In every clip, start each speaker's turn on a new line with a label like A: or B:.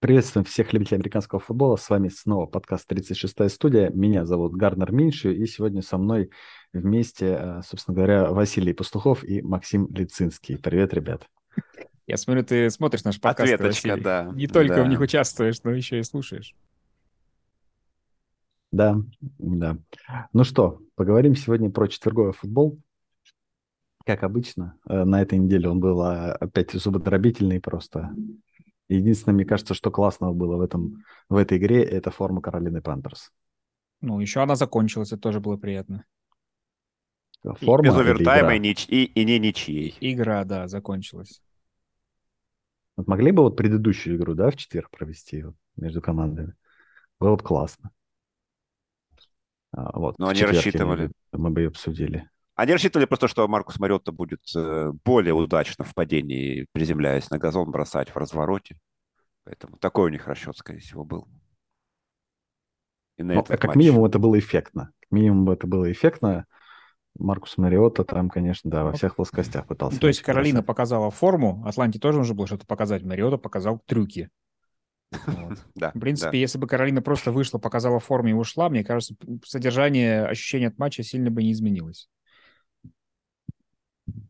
A: Приветствуем всех любителей американского футбола. С вами снова подкаст 36-я студия. Меня зовут Гарнер Минши, и сегодня со мной вместе, э, собственно говоря, Василий Пастухов и Максим Лицинский. Привет, ребят.
B: Я смотрю, ты смотришь наш подкаст,
C: Ответочка,
B: Василий.
C: да,
B: Не только
C: да.
B: в них участвуешь, но еще и слушаешь.
A: Да, да. Ну что, поговорим сегодня про четверговый футбол. Как обычно, э, на этой неделе он был а, опять зубодробительный просто. Единственное, мне кажется, что классного было в, этом, в этой игре, это форма Каролины Пантерс.
B: Ну, еще она закончилась, это тоже было приятно.
A: Форма
C: Без
A: или
C: овертайма
A: игра?
C: и, нич- и, и не ничьей.
B: Игра, да, закончилась.
A: Вот могли бы вот предыдущую игру, да, в четверг провести вот, между командами? Было бы классно. А, вот,
C: Но
A: в
C: они
A: четверг, я
C: рассчитывали.
A: имею в виду, Мы бы ее обсудили.
C: Они рассчитывали А просто, что Маркус Мариотта будет э, более удачно в падении, приземляясь на газон, бросать в развороте. Поэтому такой у них расчет, скорее всего, был. И на
A: Ну,
C: этот
A: как
C: матч.
A: минимум это было эффектно. Как минимум это было эффектно. Маркус Мариотта там, конечно, да, во
B: Ну,
A: всех плоскостях пытался.
B: Ну, то есть
A: очень
B: Каролина
A: бросать.
B: показала форму, Атланте тоже нужно было что-то показать, Мариота показал трюки. Вот.
C: Да,
B: В принципе, если бы Каролина просто вышла, показала форму и ушла, мне кажется, п- содержание, ощущение от матча сильно бы не изменилось.
A: А
C: да.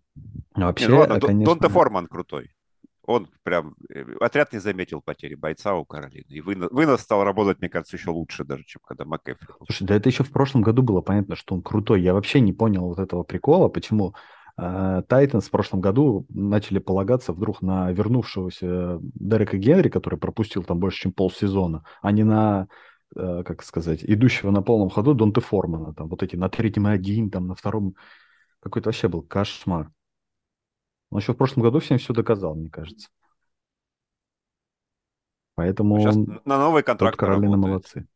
C: Не,
A: Вообще,
C: ну ладно, Дон-
A: конечно,
C: Донте Форман крутой. Он прям... э, Отряд не заметил потери бойца у Каролины. И вынос, вынос стал работать, мне кажется, еще лучше даже, чем когда Макэфри. был.
A: Слушай, да это еще в прошлом году было понятно, что он крутой. Я вообще не понял вот этого прикола, почему Тайтанс в прошлом году начали полагаться вдруг на вернувшегося э, Дерека Генри, который пропустил там больше, чем полсезона, а не на, э, как сказать, идущего на полном ходу Донте Формана. Там вот эти на третьем и один, там на втором. Какой-то вообще был кошмар. Он еще в прошлом году всем все доказал, мне кажется. Поэтому...
C: Ну, Сейчас
A: он-
C: на новый контракт
A: ну, Тут Каролина
C: работает.
A: молодцы.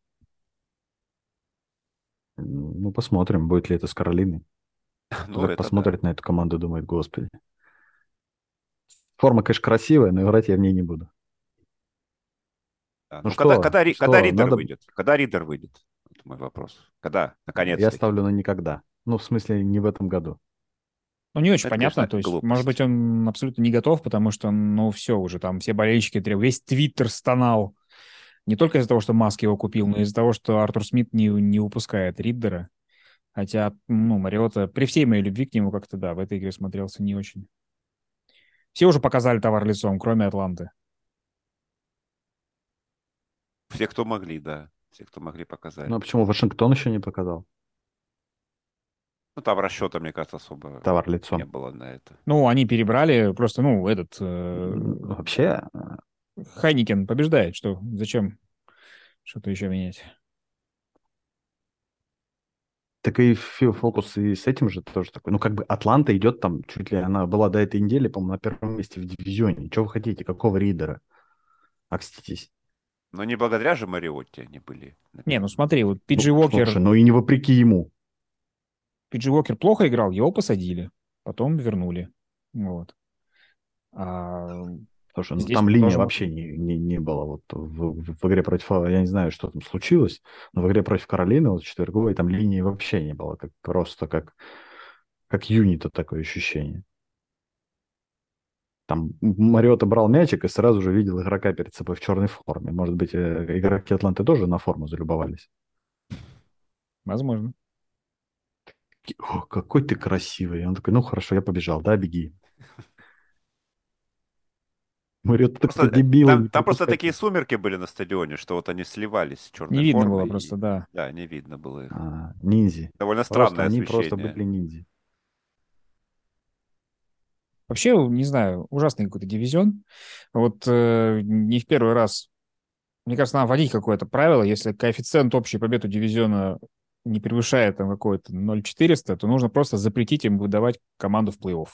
A: М, Ну, посмотрим, будет ли это с Каролиной.
C: Ну,
A: Посмотрят
C: это да.
A: посмотрит на эту команду, думает, господи. Форма, конечно, красивая, но играть я в ней не буду.
C: Да,
A: Ну
C: ну, когда,
A: что,
C: когда, ри-
A: что,
C: когда ридер
A: надо-
C: выйдет? Когда ридер выйдет? Вот мой вопрос. Когда? Наконец.
A: Я ставлю на никогда. Ну, в смысле, не в этом году.
B: Ну, не очень
C: Это,
B: понятно,
C: конечно,
B: то есть,
C: глупость.
B: может быть, он абсолютно не готов, потому что, ну, все уже, там, все болельщики требуют, весь Твиттер стонал. Не только из-за того, что Маск его купил, но и из-за того, что Артур Смит не, не упускает Риддера. Хотя, ну, Мариота, при всей моей любви к нему как-то, да, в этой игре смотрелся не очень. Все уже показали товар лицом, кроме Атланты.
C: Все, кто могли, да. Все, кто могли, показали.
A: Ну, а
C: Ну,
A: почему Вашингтон еще не показал
C: Ну, там расчета, мне кажется, особо
A: товар
C: не
A: лицом?
C: было на это.
B: Ну, они перебрали, просто, ну, этот... э,
A: М, Вообще, э,
B: Хайникен побеждает, что, зачем что-то еще менять?
A: так и Фил Фокус и с этим же тоже такой. Ну, как бы Атланта идет там чуть ли, она была до этой недели, по-моему, на первом месте в дивизионе. Чего вы хотите? Какого ридера? А, Окститесь.
C: Но не благодаря же Мариотте они были.
B: Не, ну смотри, вот Пиджи
A: Ну,
B: Уокер...
A: Слушай, ну и не вопреки ему.
B: Пиджи Уокер плохо играл, его посадили, потом вернули. Вот. А,
A: Слушай, ну
B: Здесь
A: там линия
B: тоже
A: вообще не, не, не было. Вот в, в- в игре против, я не знаю, что там случилось, но в игре против Каролины, вот четверговой, там линии вообще не было. Как, просто как, как юнита такое ощущение. Там Мариота брал мячик и сразу же видел игрока перед собой в черной форме. Может быть, э, игроки Атланты тоже на форму залюбовались.
B: возможно.
A: Такие, «О, какой ты красивый. И он такой, ну хорошо, я побежал, да, беги. Мариота так
C: Просто, э,
A: дебил.
C: там, там просто такие сумерки были на стадионе, что вот они сливались с черной
B: Не видно
C: формой
B: было
C: и-
B: просто, да.
C: Да, не видно было их.
A: ниндзи.
C: Довольно
A: А, Просто
C: странное
A: они
C: освещение.
A: просто были ниндзя.
B: Вообще, не знаю, ужасный какой-то дивизион. Вот э, не в первый раз. Мне кажется, надо вводить какое-то правило. Если коэффициент общей побед у дивизиона не превышает там какое-то 0,400, то нужно просто запретить им выдавать команду в плей-офф.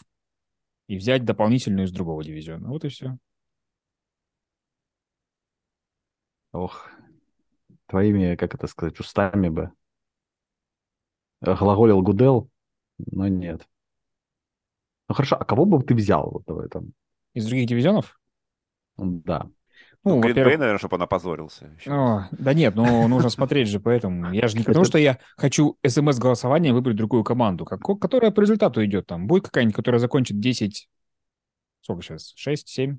B: И взять дополнительную из другого дивизиона. Вот и все.
A: Ох, твоими, как это сказать, устами бы. э, Глаголил Гудел, но нет. Ну хорошо, а кого бы ты взял вот в этом?
B: Из других дивизионов?
A: Да.
C: Ну, Green Bay,
B: во-первых,
C: наверное, чтобы он опозорился. еще раз.
B: О, да нет, ну нужно смотреть же, поэтому я же не потому,
A: Это-
B: что я хочу смс-голосование выбрать другую команду, како- которая по результату идет там. Будет какая-нибудь, которая закончит 10, сколько сейчас, 6, 7?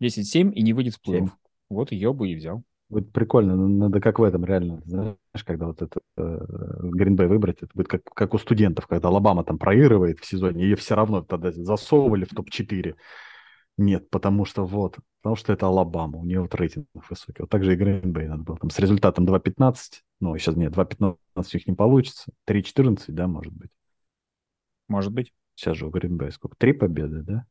B: 10-7 и не выйдет в плей
A: Семь.
B: Вот ее бы и взял.
A: Будет прикольно, но надо как в этом реально, знаешь, когда вот это Гринбей выбрать, это будет как, как у студентов, когда Алабама там проигрывает в сезоне, ее все равно тогда засовывали в топ-4. Нет, потому что вот, потому что это Алабама, у нее вот рейтинг высокий. Вот так же и Гринбей надо было. Там с результатом 2.15, ну, сейчас нет, 2.15 у них не получится, 3.14, да, может быть.
B: Может быть.
A: Сейчас же у Гринбей сколько? Три победы, да?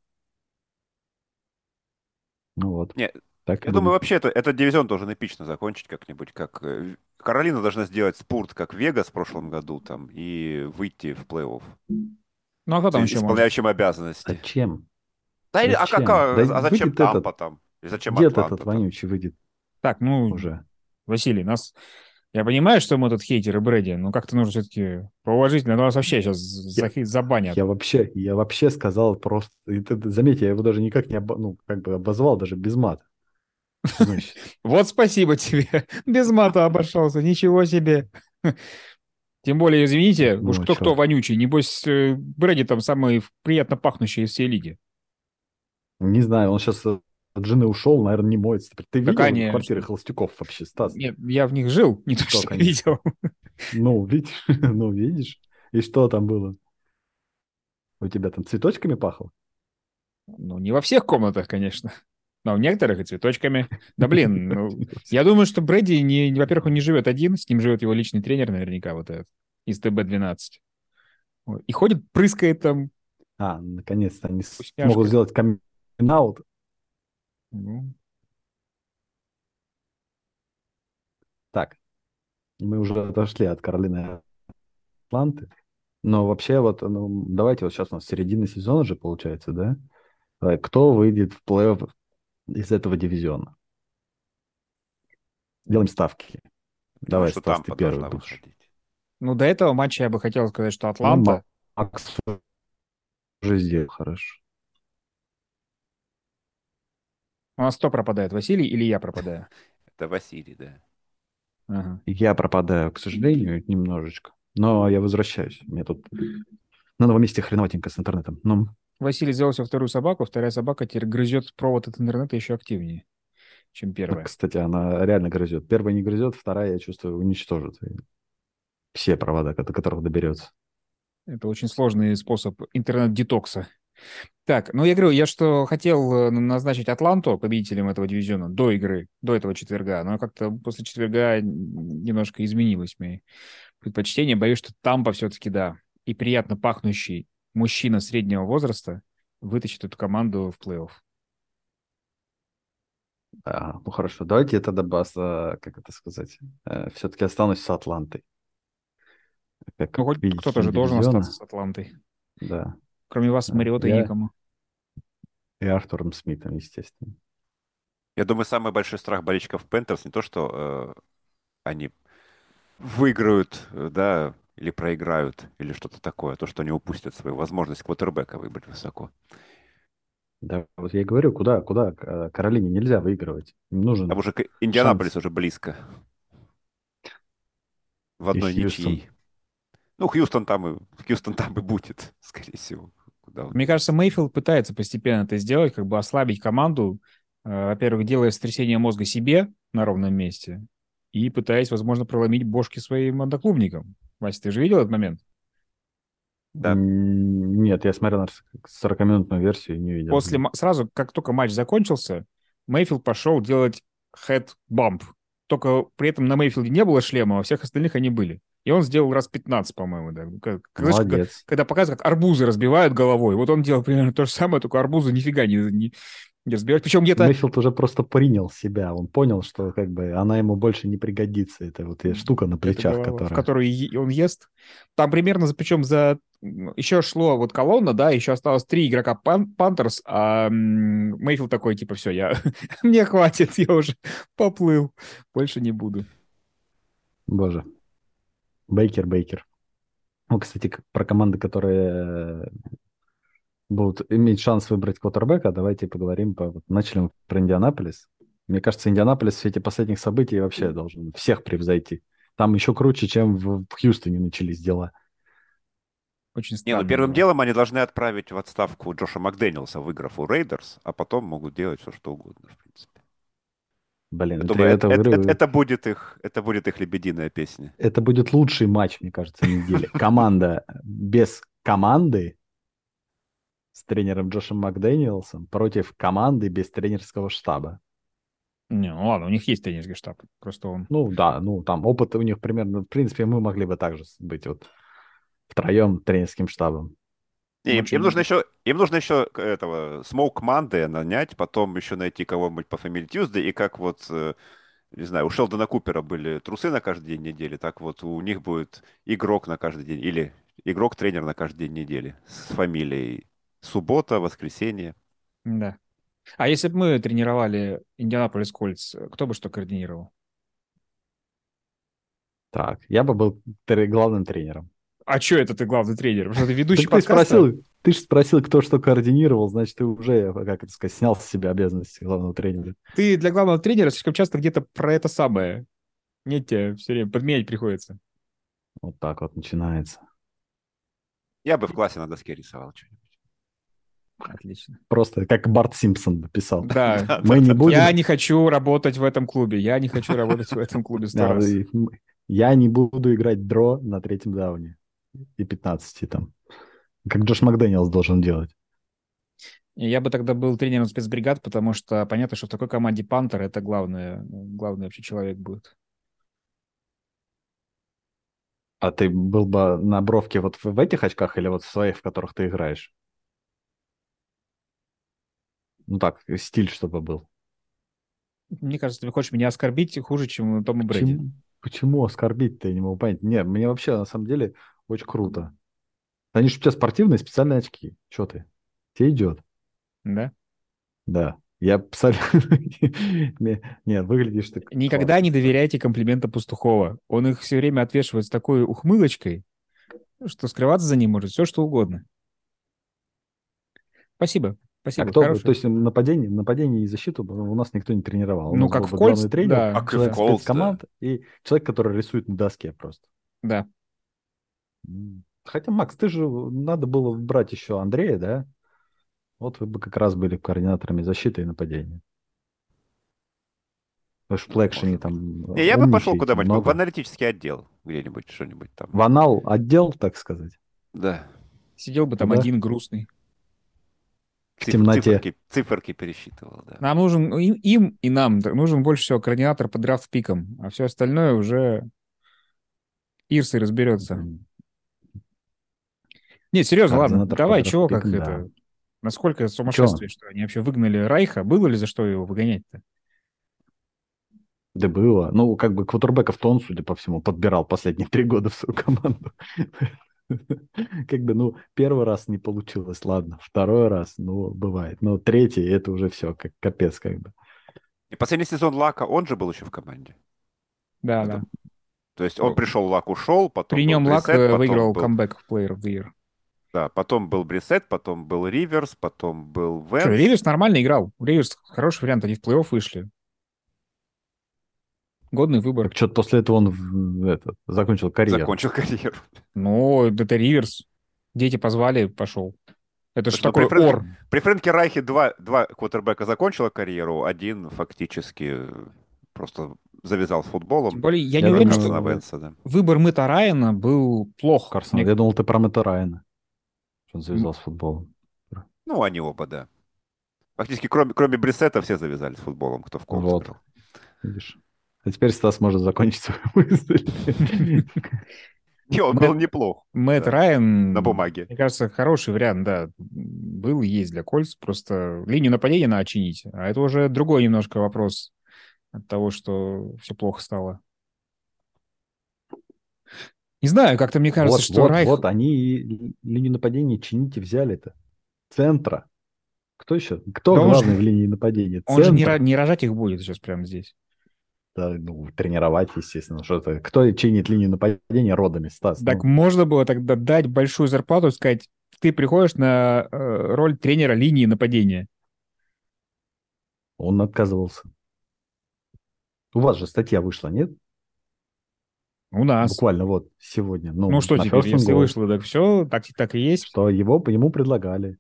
A: Ну вот.
C: Нет,
A: так
C: Я
A: и
C: думаю,
A: будет.
C: вообще это, этот дивизион должен эпично закончить как-нибудь. Как... э, Каролина должна сделать спорт, как Вегас в прошлом году, там, и выйти в плей-офф.
B: Ну а кто там
C: С
B: еще может?
C: Исполняющим
A: А
C: обязанности.
A: Зачем?
C: А, Да, или- а,
A: зачем?
C: какая-
A: Да
C: а зачем
A: выйдет этот.
C: Тампа там? Или зачем
A: Дед
C: Атланта
A: этот
C: там?
A: вонючий выйдет
B: Так, ну,
A: уже.
B: Василий, нас... Я понимаю, что мы тут хейтеры Брэди, но как-то нужно все-таки поуважительно. но Нас вообще сейчас за... забанят.
A: Я вообще, я вообще сказал просто... и ты- ты Заметь, я его даже никак не обо- ну, как бы обозвал, даже без мата. Ну, Что значит?
B: Вот спасибо тебе. Без мата обошелся. Ничего себе. Тем более, извините,
A: Ну,
B: уж
A: а
B: кто-кто
A: чё?
B: вонючий. Небось, э, Брэди там самый приятно пахнущий из всей лиги.
A: ну, Не знаю, он сейчас от жены ушел, наверное, не моется. Ты видел
B: конечно.
A: квартиры холостяков вообще, Стас?
B: Нет, я в них жил, не то,
A: Что,
B: что
A: конечно.
B: видел.
A: Ну, видишь, ну, видишь. И что там было? У тебя там цветочками пахло?
B: Ну, не во всех комнатах, конечно. Но в некоторых и цветочками. Да блин, ну, я думаю, что Брэди, не, не- во-первых, он не живет один, с ним живет его личный тренер наверняка, вот этот, из ТБ-12. Вот. И ходит, прыскает там.
A: А, наконец-то они
B: Вкусняшка.
A: могут сделать камин-аут.
B: Ну,
A: Так, мы уже отошли от Каролины Атланты. Но вообще вот, ну, давайте вот сейчас у нас середина сезона же получается, да? Э, Кто выйдет в плей-офф из этого дивизиона? Делаем ставки. Давай,
C: что
A: Стас, ты
C: Тампа
A: первый
C: должна
A: будешь.
C: выходить.
B: ну, до этого матча я бы хотел сказать, что Атланта...
A: Ну, Макс уже сделал хорошо.
B: У нас кто пропадает, Василий или я пропадаю?
C: Это Василий, да.
B: Ага.
A: Я пропадаю, к сожалению, немножечко. Но я возвращаюсь. Мне тут на новом месте хреноватенько с интернетом. Ну,
B: Василий сделал себе вторую собаку, вторая собака теперь грызет провод от интернета еще активнее, чем первая.
A: Кстати, она реально грызет. Первая не грызет, вторая, я чувствую, уничтожит. И Все провода, ко- до которых доберется.
B: Это очень сложный способ интернет-детокса. Так, ну я говорю, я что хотел э, назначить Атланту победителем этого дивизиона до игры, до этого четверга, но как-то после четверга немножко изменилось мои предпочтения. Боюсь, что Тампа все-таки, да, и приятно пахнущий мужчина среднего возраста вытащит эту команду в плей-офф.
A: А, ну хорошо, давайте я тогда, бас, а, как это сказать, все-таки останусь с Атлантой. Как
B: Ну, хоть
A: победитель
B: кто-то же должен
A: дивизиона.
B: остаться с Атлантой.
A: Да,
B: Кроме вас,
A: Да,
B: Мариота,
A: я-
B: никому.
A: и Артуром Смитом, естественно.
C: Я думаю, самый большой страх болельщиков Пентерс не то, что э, они выиграют, э, да, или проиграют, или что-то такое, а то, что они упустят свою возможность квотербека выбрать высоко.
A: Да, вот я и говорю, куда, куда э, Каролине нельзя выигрывать. Им
B: А
A: нужен
C: Там уже к- Индианаполис уже близко. В одной
A: Хьюстон.
C: ничьей. Ну, Хьюстон там и, Хьюстон там и будет, скорее всего. Куда он-
B: Мне кажется, Мейфилд пытается постепенно это сделать, как бы ослабить команду, э, во-первых, делая сотрясение мозга себе на ровном месте и пытаясь, возможно, проломить бошки своим одноклубникам. Вася, ты же видел этот момент?
C: Да.
A: М, Нет, я смотрел на 40-минутную версию и не видел.
B: После, ма- сразу, как только матч закончился, Мейфилд пошел делать хэт-бамп. Только при этом на Мейфилде не было шлема, а у всех остальных они были. И он сделал раз 15, по-моему, да. Ну, как- как- знаешь, как-
A: Молодец.
B: когда показывают, как арбузы разбивают головой. Вот он делал примерно то же самое, только арбузы нифига не, не, не разбивают. Причем где-то...
A: Мэйфилд уже просто принял себя. Он понял, что как бы она ему больше не пригодится. Это вот эта штука на
B: эта
A: плечах,
B: голова, в
A: которая...
B: которую е- он ест. Там примерно, причем за... Еще шло вот колонна, да, еще осталось три игрока пан- Пантерс, а м, Мейфилд такой, типа, все, я... мне хватит, я уже поплыл, больше не буду.
A: Боже. Бейкер, Бейкер. Ну, кстати, к- про команды, которые э, будут иметь шанс выбрать квотербека, давайте поговорим. По... вот начали мы про Индианаполис. Мне кажется, Индианаполис в свете последних событий вообще должен всех превзойти. Там еще круче, чем в в Хьюстоне начались дела.
B: Очень
C: Не,
B: странно.
C: ну первым
B: было.
C: делом они должны отправить в отставку Джоша Макдэниелса, выиграв у Рейдерс, а потом могут делать все, что угодно, в принципе.
A: Блин,
C: Я
A: это,
C: думаю,
A: это
C: это, это-
A: выру-
C: это- это будет их, это будет их лебединая песня.
A: это будет лучший матч, мне кажется, недели. Команда без команды с тренером Джошем Макдэниелсом против команды без тренерского штаба.
B: Не, ну ладно, у них есть тренерский штаб. Просто он...
A: Ну да, ну там опыт у них примерно, в принципе, мы могли бы также быть вот втроем тренерским штабом.
C: Не, им,
B: Очень
C: им нужно еще, им нужно еще к- этого Смоук Манды нанять, потом еще найти кого-нибудь по фамилии Тьюзды, и как вот, э, не знаю, у Шелдона Купера были трусы на каждый день недели, так вот у них будет игрок на каждый день, или игрок-тренер на каждый день недели с фамилией суббота, воскресенье.
B: Да. А если бы мы тренировали Индианаполис Кольц, кто бы что координировал?
A: Так, я бы был тре- главным тренером.
B: А что это ты главный тренер? Потому что ты ведущий
A: Так ты
B: подкаста.
A: спросил, ты же спросил, кто что координировал, значит, ты уже, как это сказать, снял с себя обязанности главного тренера.
B: Ты для главного тренера слишком часто где-то про это самое. Нет, тебе все время подменять приходится.
A: Вот так вот начинается.
C: Я бы в классе на доске рисовал что-нибудь.
B: Отлично.
A: Просто как Барт Симпсон написал.
B: Да.
A: Мы не будем...
B: Я не хочу работать в этом клубе. Я не хочу работать в этом клубе сто
A: Да,
B: раз.
A: и м- Я не буду играть дро на третьем дауне и 15 там. Как Джош Макдэниелс должен делать.
B: И Я бы тогда был тренером спецбригад, потому что понятно, что в такой команде Пантер это главное, ну, главный вообще человек будет.
A: А ты был бы на бровке вот в- в этих очках или вот в своих, в которых ты играешь? Ну так, стиль чтобы был.
B: Мне кажется, ты хочешь меня оскорбить хуже, чем Тома Брэди.
A: Почему, почему оскорбить-то, я не могу понять. Не, мне вообще на самом деле очень круто. Они же у тебя спортивные специальные очки. Че ты? Тебе идет.
B: Да?
A: Да. Я абсолютно... Не- Нет, выглядишь ты...
B: Никогда не доверяйте комплиментам Пастухова. Он их все время отвешивает с такой ухмылочкой, ну, что скрываться за ним может все, что угодно. Спасибо.
A: А
B: Спасибо.
A: кто,
B: Типа, Хороший.
A: то есть нападение, нападение и защиту у нас никто не тренировал. У
B: Ну,
A: нас
B: как
A: был
B: в
A: бы
B: Кольц,
A: главный тренер,
B: да.
C: Как и
A: человек
C: в Колтс, да.
A: спецкоманд и человек, который рисует на доске просто.
B: Да.
A: М. Хотя, Макс, ты же надо было брать еще Андрея, да? Вот вы бы как раз были координаторами защиты и нападения. Потому что в Плэкшене
C: может
A: там
C: Не, я бы пошел
A: умничаете
C: куда-нибудь,
A: много.
C: в аналитический отдел где-нибудь, что-нибудь там.
A: В анал отдел, так сказать.
C: Да.
B: Сидел бы там
A: Да.
B: один грустный.
A: В
C: Циф-
A: темноте.
C: Циферки, циферки пересчитывал, да.
B: Нам нужен ну, им, им и нам да, нужен больше всего координатор по драфт-пикам, а все остальное уже Ирсы разберется.
A: М.
B: Нет, серьезно, ладно,
A: Координатор по
B: давай, чего, как
A: драфт-пикам, да.
B: это... Насколько сумасшествие, что они вообще выгнали Райха? Было ли за что его выгонять-то?
A: Да было. Ну, как бы квотербеков-то он, судя по всему, подбирал последние три года в свою команду. Как бы, ну, первый раз не получилось, ладно. Второй раз, ну, бывает. Но третий, это уже все, как капец, как бы.
C: И последний сезон Лака, он же был еще в команде.
B: Да,
A: Ну,
C: Это
B: да.
C: То есть он пришел, Лак ушел, потом
B: При
C: был
B: нем Лак
C: Брисет,
B: э,
C: потом
B: выиграл
C: был-
B: камбэк в Player of the Year.
C: Да, потом был Брисет, потом был Риверс, потом был Венс.
B: Что, Риверс нормально играл. Риверс хороший вариант, они в плей-офф вышли. Годный выбор.
A: Так что-то после этого он в- это, закончил карьеру.
C: закончил карьеру.
B: Ну, это Риверс. Дети позвали, пошел. Это же
C: Потому
B: такой
C: что ну, при Фрэнке-
B: ор.
C: При Фрэнке Райхе два, два квотербека закончила карьеру, один фактически просто завязал с
B: Тем
C: футболом.
B: более,
A: Я
B: я, не
A: думаю,
B: уверен,
C: Потому
A: думаю,
B: что
C: что на
A: что-
C: Венса, да.
B: выбор Мэтта Райана был плох.
A: Карсон,
B: Мне-
A: Ну, я думал, ты про Мэтта Райана. что Он завязал с футболом.
C: Ну, они оба, да. Фактически, кроме, кроме Брисета, все завязали с футболом, кто в ком
A: Вот. Видишь? А теперь Стас может закончить свою мысль.
C: И он
B: Мэ-
C: был неплох
B: Мэтт
C: Да.
B: Райан...
C: на бумаге.
B: Мне кажется, хороший вариант, да. Был и есть для Кольц. Просто линию нападения надо чинить. А это уже другой немножко вопрос от того, что все плохо стало. Не знаю, как-то мне кажется,
A: Вот,
B: что
A: вот,
B: Райх...
A: вот они и линию нападения чините взяли-то. Центра. Кто еще? Кто
B: Да он
A: главный
B: же-
A: в линии нападения?
B: Он же не,
A: Центр.
B: ро- не рожать их будет сейчас прямо здесь.
A: Да, ну, тренировать, естественно, что-то. Кто чинит линию нападения родами, Стас?
B: Так
A: Ну,
B: можно было тогда дать большую зарплату и сказать, ты приходишь на э, роль тренера линии нападения.
A: он отказывался. У вас же статья вышла, нет?
B: У нас.
A: Буквально вот сегодня. Ну,
B: Ну что
A: на
B: теперь,
A: First and
B: если
A: Goal,
B: вышло, так все, так, так и есть.
A: Что его, ему предлагали.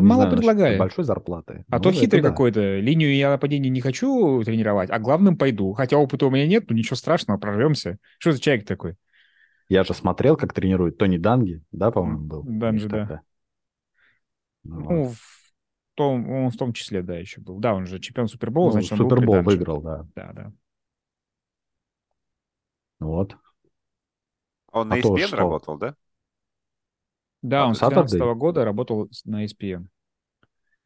A: Не
B: мало
A: знаю, насчет
B: предлагали.
A: Большой зарплаты.
B: А
A: Ну,
B: то
A: это
B: хитрый
A: да.
B: какой-то. Линию я нападения не хочу тренировать, а главным пойду. Хотя опыта у меня нет, ну ничего страшного, прорвемся. Что за человек такой?
A: Я же смотрел, как тренирует Тони Данги, да, по-моему, был?
B: Данги,
A: Или
B: да.
A: тогда. Ну,
B: Ну, в том, он в том числе, да, еще был. Да, он же чемпион Супербола,
A: ну,
B: значит, он был при
A: Супербол
B: Данже.
A: выиграл, да.
B: Да, да.
A: Вот.
C: Он
A: А
C: на
A: то
C: ESPN
A: что?
C: работал, да?
B: Да,
C: А,
B: он с
A: Saturday?
B: 2013 года работал с- на ESPN.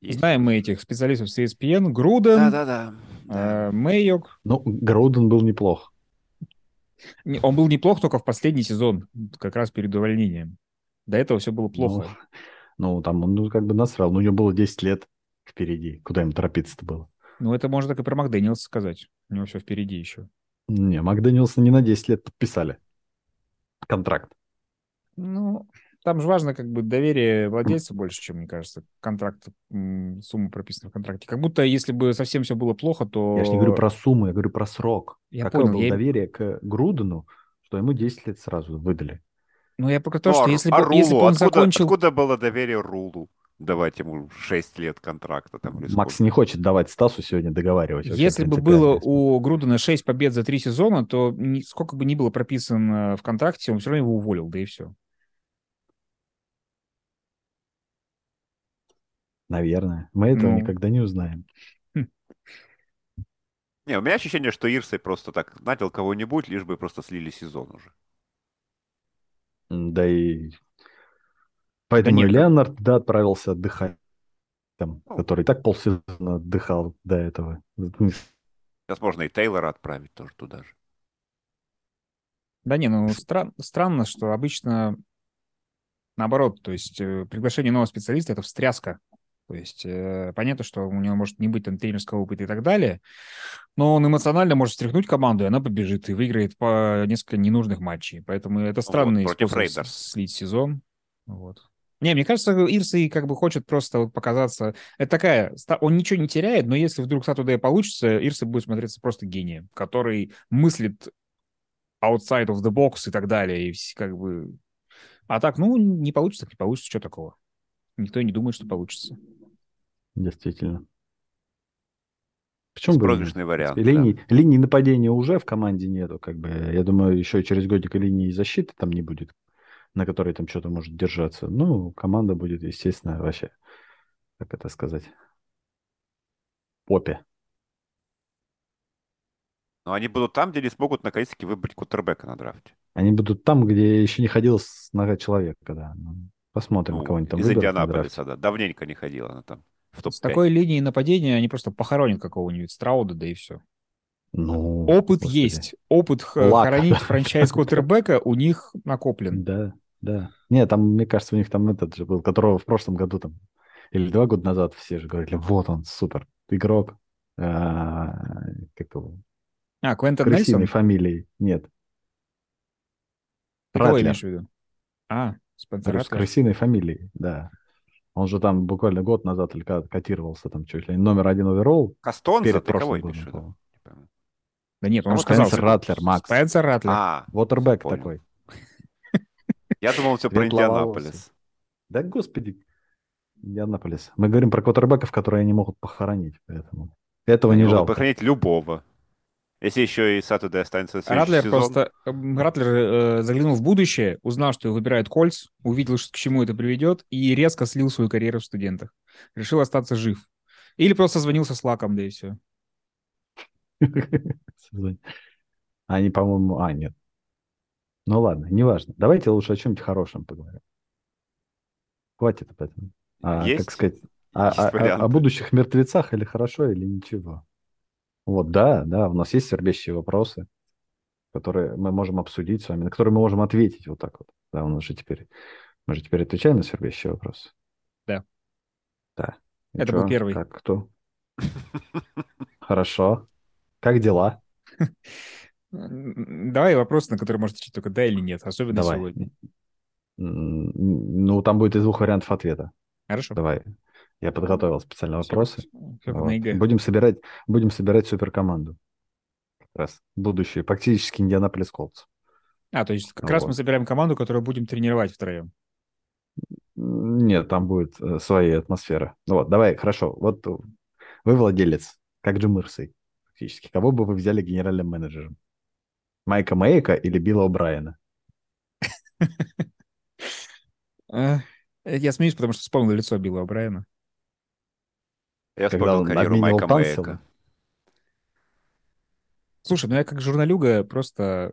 C: Есть.
B: Знаем мы этих специалистов с ESPN. Груден,
C: Да-да-да. Да.
B: э, Мэйок.
A: Ну, Гроуден был неплох.
B: Не, Он был неплох только в последний сезон, как раз перед увольнением. До этого все было плохо.
A: Ну, ну, там он ну, как бы насрал. Но у него было 10 лет впереди. Куда ему торопиться-то было?
B: Ну, это можно так и про Макдэниелса сказать. У него все впереди еще.
A: Не, Макдэниелса не на 10 лет подписали контракт.
B: Ну, там же важно как бы доверие владельца больше, чем, мне кажется, контракт, м, сумма прописана в контракте. Как будто если бы совсем все было плохо, то...
A: Я же не говорю про сумму, я говорю про срок.
B: Я
A: Какое
B: понял,
A: было
B: я и-
A: доверие к Грудену, что ему 10 лет сразу выдали.
B: Ну, я про то,
C: Ну, а
B: что
C: Ру-
B: если
C: а
B: бы, если бы
C: Рулу?
B: он
C: откуда,
B: закончил...
C: откуда было доверие Рулу давать ему 6 лет контракта? Там, или
A: Макс
C: сколько?
A: не хочет давать Стасу сегодня договаривать. вообще
B: Если бы
A: принципиально,
B: было
A: если бы.
B: у Грудена 6 побед за 3 сезона, то ни- сколько бы ни было прописано в контракте, он все равно его уволил, да и все.
A: Наверное. Мы этого
B: Ну.
A: никогда не узнаем.
C: Не, у меня ощущение, что Ирсей просто так надел кого-нибудь, лишь бы просто слили сезон уже.
A: М, Да и... Поэтому и
B: некому.
A: Леонард, да, отправился отдыхать. Там,
C: Ну.
A: который и так полсезона отдыхал до этого.
C: Сейчас можно и Тейлора отправить тоже туда же.
B: Да не, ну стран- странно, что обычно наоборот, то есть э, приглашение нового специалиста — это встряска. То есть э, понятно, что у него может не быть там тренерского опыта и так далее, но он эмоционально может встряхнуть команду, и она побежит и выиграет по несколько ненужных матчей. Поэтому это странный
C: против
B: способ с-
C: Рейдерс.
B: слить сезон. Вот. Не, мне кажется, Ирси как бы хочет просто вот показаться... Это такая... ста- Он ничего не теряет, но если вдруг Сатудей получится, Ирси будет смотреться просто гением, который мыслит outside of the box и так далее. И вс- как бы... А так, ну, не получится, так не получится, что такого? Никто и не думает, что получится.
A: Действительно. Почему бы и нет?
C: Проигрышный вариант. да.
A: Линий, линий нападения уже в команде нету, как бы. Я думаю, еще через годик и линии защиты там не будет, на которой там что-то может держаться. Ну, команда будет, естественно, вообще, как это сказать, попе.
C: Но они будут там, где не смогут наконец-таки выбрать кутербека на драфте.
A: Они будут там, где еще не ходила с нога человека, да. Ну, Посмотрим,
C: Ну,
A: кого они там
C: из
A: выберут на драфте.
C: Индианаполиса, да. Давненько не ходила она там в топ-5.
B: С такой линией нападения они просто похоронят какого-нибудь Страуда, да и все.
A: Ну,
B: Опыт
A: господи.
B: есть. Опыт х-
A: Лак.
B: хоронить франчайз Коттербека у них накоплен.
A: Да, да. Не, там, мне кажется, у них там этот же был, которого в прошлом году там, или два года назад все же говорили, вот он, супер, игрок. А, Как его?
B: А, Квентон
A: Крысиной
B: Нельсон?
A: фамилией. Нет.
B: Ты кого
A: Ратлер.
B: имеешь в виду? А, Спенсер
A: Говорю, с
B: Ратлер.
A: крысиной фамилией, да. Он же там буквально год назад или когда котировался там чуть ли не номер один оверолл
C: Кастонза,
A: перед
C: ты кого
A: прошлым
C: имеешь в
A: годом.
C: виду?
A: по-моему.
C: Не пойму.
B: Да нет, он
C: Кого
B: же сказал.
A: Спенсер Ратлер, Макс.
B: Спенсер Ратлер.
C: А,
A: Вотербэк
C: Понял.
A: такой.
C: я думал, все про
A: Светловолосый.
C: Индианаполис. Да,
A: Да господи, Индианаполис. Мы говорим про квотербеков, которые они могут похоронить, поэтому этого не
C: можно
A: жалко.
C: похоронить любого. Если еще и Сатудей останется на следующий
B: Ратлер
C: сезон.
B: просто м, Ратлер э, заглянул в будущее, узнал, что его выбирает Кольц, увидел, ш- к чему это приведет, и резко слил свою карьеру в студентах. Решил остаться жив. Или просто звонился с Лаком, да и все.
A: сезоне. Они, по-моему... А, нет. Ну ладно, неважно. Давайте лучше о чем-нибудь хорошем поговорим. Хватит об этом. А,
C: Есть?
A: Как сказать, а-
C: Есть
A: а- а-
C: варианты.
A: о будущих мертвецах или хорошо, или ничего. Вот, да, да, у нас есть свербящие вопросы, которые мы можем обсудить с вами, на которые мы можем ответить вот так вот. Да, у нас же теперь... Мы же теперь отвечаем на свербящие вопросы.
B: Да.
A: Да. И
B: Это был
A: чё?
B: первый.
A: Как кто? Хорошо. Как дела?
B: М, Давай вопрос, на который можно отвечать только да или нет, особенно
A: Давай.
B: сегодня.
A: М, Ну, там будет из двух вариантов ответа.
B: Хорошо.
A: Давай. Я подготовил специально вопросы.
B: Как
A: Вот.
B: на ЕГЭ.
A: Будем собирать, будем собирать суперкоманду. Как раз будущее. Практически Индианаполис Колдс.
B: А, то есть как раз
A: Вот.
B: мы собираем команду, которую будем тренировать втроем.
A: Нет, там будет э, своя атмосфера. Ну вот, давай, хорошо. Вот э, вы владелец, как Джим Ирсей, фактически. Кого бы вы взяли генеральным менеджером? Майка Мейка или Билла Брайана?
B: Э, Я смеюсь, потому что вспомнил лицо Билла Брайана.
C: Я
A: Когда
C: вспомнил
A: он
C: карьеру
A: обменивал
C: Майка
A: Панцева?
C: Мэйка.
B: Слушай, ну я как журналюга просто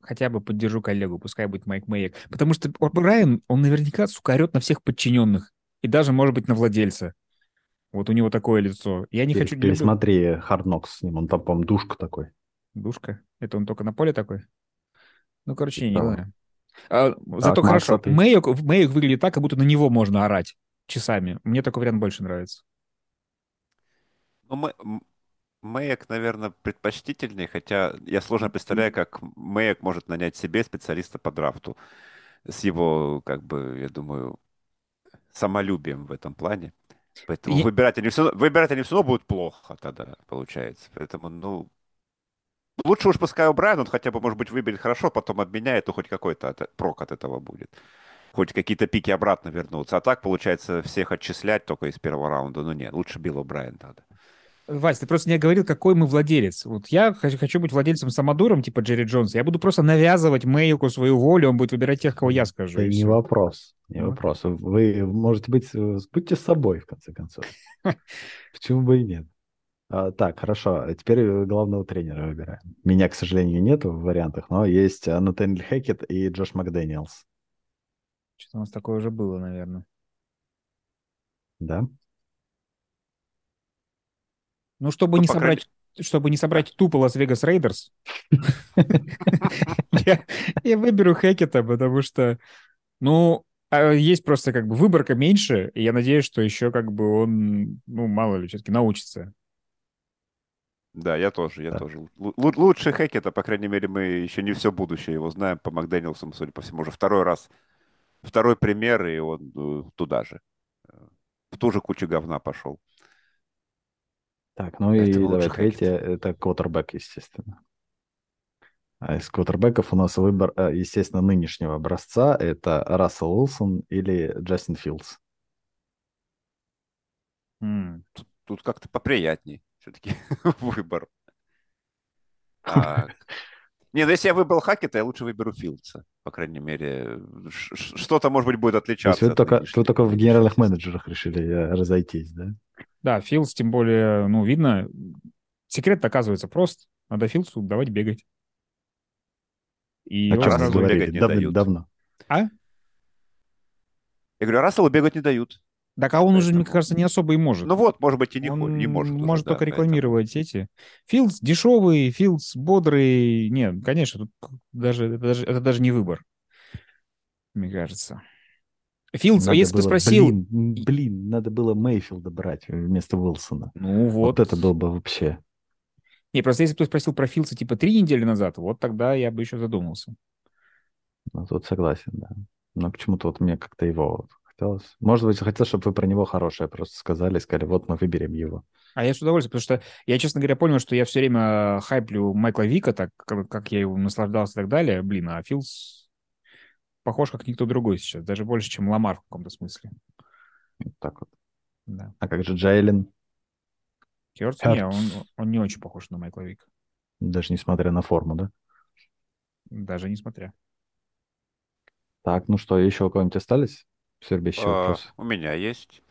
B: хотя бы поддержу коллегу, пускай будет Майк Мэйк. Потому что Брайан, он наверняка, сука, орет на всех подчиненных. И даже, может быть, на владельца. Вот у него такое лицо. Я не
A: Пере-
B: хочу... не люблю-
A: Пересмотри Hard Knocks с ним, он там, по-моему, душка такой.
B: Душка. Это он только на поле такой? Ну, короче, я не
A: Типа того.
B: знаю. А, зато
A: Макс,
B: хорошо.
A: а ты?
B: Мэйок, Мэйок выглядит так, как будто на него можно орать часами. Мне такой вариант больше нравится.
C: Ну, Мэ- М- Мэйк, наверное, предпочтительнее, хотя я сложно представляю, как Мэйк может нанять себе специалиста по драфту с его, как бы, я думаю, самолюбием в этом плане. Поэтому
B: Я-
C: выбирать они все равно, выбирать они все равно будут плохо тогда, получается. Поэтому, ну, лучше уж пускай Брайан, он хотя бы, может быть, выберет хорошо, потом обменяет, то хоть какой-то от- прок от этого будет. Хоть какие-то пики обратно вернутся. А так, получается, всех отчислять только из первого раунда. Ну нет, лучше Билла Брайан надо.
B: Вась, ты просто не говорил, какой мы владелец. Вот я хочу, хочу быть владельцем самодуром, типа Джерри Джонса. Я буду просто навязывать Мэйку свою волю, он будет выбирать тех, кого я скажу.
A: Это
B: и
A: не
B: всё.
A: вопрос, не
B: Ну.
A: вопрос. Вы можете быть, э, будьте собой, в конце концов. Почему бы и нет? А, так, хорошо. а Теперь э, главного тренера выбираем. Меня, к сожалению, нет в вариантах, но есть э, Натаниэль Хекет и Джош Макдэниелс.
B: Что-то у нас такое уже было, наверное.
A: Да?
B: Ну, чтобы
C: Ну,
B: не
C: по
B: собрать... Чтобы не собрать тупо Лас-Вегас Рейдерс, я я выберу Хекета, потому что, ну, а есть просто как бы выборка меньше, и я надеюсь, что еще как бы он, ну, мало ли, все-таки научится.
C: Да, я тоже, я
A: Да.
C: тоже. Лу- лу- Лучше Хекета, по крайней мере, мы еще не все будущее его знаем. По Макдэниелсам, судя по всему, уже второй раз, второй пример, и он э, туда же. э, В ту же кучу говна пошел.
A: Так, ну и
C: Поэтому
A: давай
C: лучше Хекет.
A: третье. Это квотербек, естественно. А из квотербеков у нас выбор, э, естественно, нынешнего образца. Это Рассел Уилсон или Джастин Филдс.
B: М.
C: Тут, тут как-то поприятней все-таки выбор. А, Не, ну если я выбрал Хакета, я лучше выберу Филдса. По крайней мере, ш- ш- что-то, может быть, будет
A: То есть
C: отличаться.
A: вы
C: от
A: только,
C: нынешнего.
A: вы только в генеральных менеджерах решили э, разойтись, да?
B: Да, Филдс, тем более, ну, видно, секрет оказывается прост. Надо Филдсу давать бегать. И
A: О
B: он
A: чем
C: раз
A: вы
B: сразу-
C: забегать
A: говорили
C: не
A: давным-
C: дают.
A: давно.
C: Я говорю, а Расселу бегать не дают.
B: Так, а он уже, мне
C: Поэтому-
B: кажется, не особо и может.
C: Ну вот, может быть, и не,
B: он
C: хо- не может. уже, да,
B: только
C: поэтому.
B: рекламировать эти. Филдс дешевый, Филдс бодрый. Нет, конечно, тут даже, это, даже, это даже не выбор, мне кажется. Филдс, а
A: Надо
B: если бы ты
A: было-
B: спросил...
A: Блин, м, блин, надо было Мейфилда брать вместо Уилсона.
B: Ну
A: Вот,
B: вот.
A: это было бы вообще.
B: Не, просто если бы ты спросил про Филдса типа три недели назад, вот тогда я бы еще задумался.
A: Ну, тут согласен, да. Но почему-то вот мне как-то его вот хотелось. Может быть, хотел, чтобы вы про него хорошее просто сказали, сказали, вот мы выберем его.
B: А я с удовольствием, потому что я, честно говоря, понял, что я все время хайплю Майкла Вика, так как как я его наслаждался и так далее. Блин, а Филдс похож как никто другой сейчас, даже больше, чем Ламар в каком-то смысле.
A: Вот так вот.
B: Да.
A: А как же Джайлен?
B: Хёртс?
A: Хёртс.
B: Не, он, он не очень похож на Майкла Вика,
A: Даже несмотря на форму, да?
B: даже несмотря.
A: Так, ну что, еще у кого-нибудь остались? Свербящие
C: А,
A: вопросы.
C: У меня есть.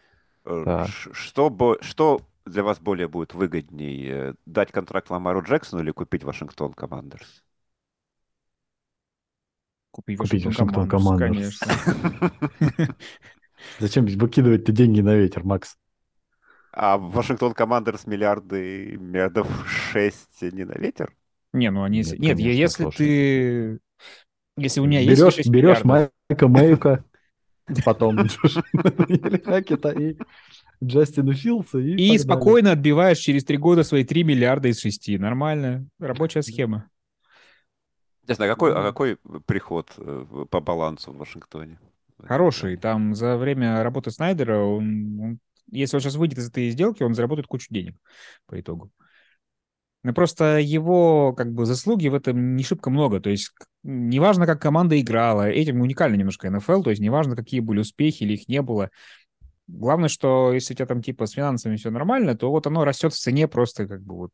C: Э,
A: Так.
C: ш- Что, бо- что для вас более будет выгоднее, э, дать контракт Ламару Джексону или купить Вашингтон Командерс?
B: Купить
A: Купить
B: Вашингтон
A: Вашингтон
B: Командерс, конечно.
A: Зачем выкидывать-то деньги на ветер, Макс?
C: А Вашингтон Командерс миллиарды, миллиардов шесть не на ветер?
B: Не, ну они...
A: Нет,
B: если- Нет,
A: конечно,
B: если
A: слушай.
B: ты... Если у меня есть...
A: берешь,
B: 6
A: берешь
B: миллиардов,
A: Майка Мэйка, потом Или Хакета и Джастина Филдса и
B: И
A: погнали.
B: спокойно отбиваешь через три года свои 3 миллиарда из 6. Нормально. Рабочая схема.
C: Интересно, а какой, а
A: Ну.
B: Мгм.
C: какой приход э, в- по балансу в Вашингтоне?
B: Хороший. Там за время работы Снайдера, он- он- если он сейчас выйдет из этой сделки, он заработает кучу денег по итогу. Ну, просто его как бы заслуги в этом не шибко много. То есть к- неважно, как команда играла, этим уникально немножко НФЛ, то есть неважно, какие были успехи или их не было. Главное, что если у тебя там типа с финансами все нормально, то вот оно растет в цене просто как бы вот.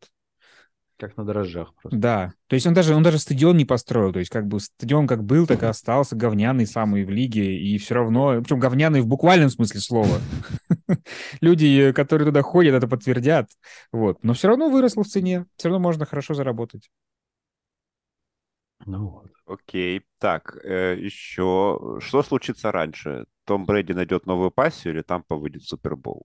A: Как на дрожжах просто.
B: Да. То есть он даже, он даже стадион не построил. То есть как бы стадион как был, так и остался говняный самый в лиге. И все равно... Причем говняный в буквальном смысле слова. Люди, э, которые туда ходят, это подтвердят. Вот. Но все равно выросло в цене. Все равно можно хорошо заработать.
A: Ну вот.
C: Окей. Так, э, еще. Что случится раньше? Том Брэди найдет новую пассию или там выйдет Супербол?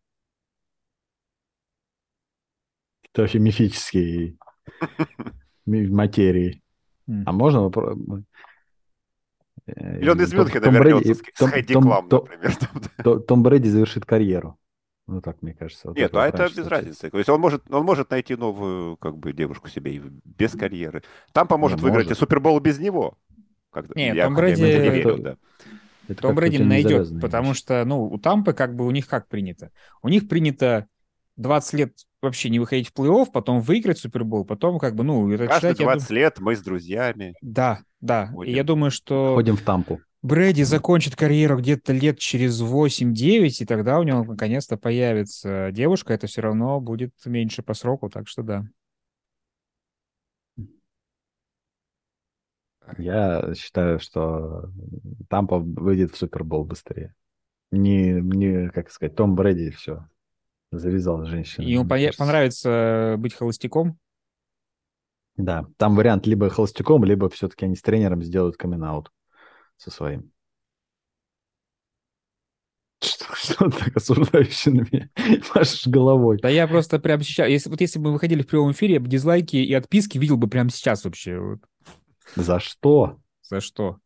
A: Это вообще мифические ми- материи.
B: М.
A: А можно вопро- Э,
C: Или он из
A: Том-
C: Мюнхена
A: Том
C: вернется
A: Брэди-
C: с, с
A: Том-
C: Хэдди
A: Том-
C: Клам,
A: Том-
C: например. там, да.
A: То- Том Брэди завершит карьеру. Ну так, мне кажется. вот
C: Нет,
A: вот
C: а это
A: раньше
C: без
A: случится.
C: разницы. То есть он может, он может найти новую как бы девушку себе и без карьеры. Там поможет
A: Не
C: выиграть
A: может.
C: и Супербол без него. Как-
B: Нет,
C: я
B: Том
C: как- я
B: Брэди-
C: в это не верю,
A: Это-
C: да.
A: Это
B: Том
A: как-то у
B: Брэди
A: тебя не
B: найдет,
A: завязанная
B: потому
A: вещь.
B: что, ну, у Тампы как бы у них как принято? У них принято 20 лет вообще не выходить в плей-офф, потом выиграть Супербол, потом как бы, ну, это
C: Каждые
B: читать, я дум-
C: 20 лет мы с друзьями.
B: Да, да. И я
C: Ходим.
B: думаю, что
A: Ходим в тампу.
B: Брэди закончит карьеру где-то лет через 8-9, и тогда у него наконец-то появится девушка, это все равно будет меньше по сроку, так что да.
A: Я считаю, что Тампа выйдет в Супербол быстрее. Не, не, как сказать, Том Брэди все. Завязал женщина.
B: И ему
A: мне
B: поня-
A: кажется.
B: понравится быть холостяком.
A: Да, там вариант либо холостяком, либо все-таки они с тренером сделают камин со своим. Что, что он так осуждающе на меня машешь головой?
B: Да я просто прямо сейчас, если, вот если бы мы выходили в прямом эфире, я бы дизлайки и отписки видел бы прямо сейчас вообще. Вот
A: За что?
B: За что?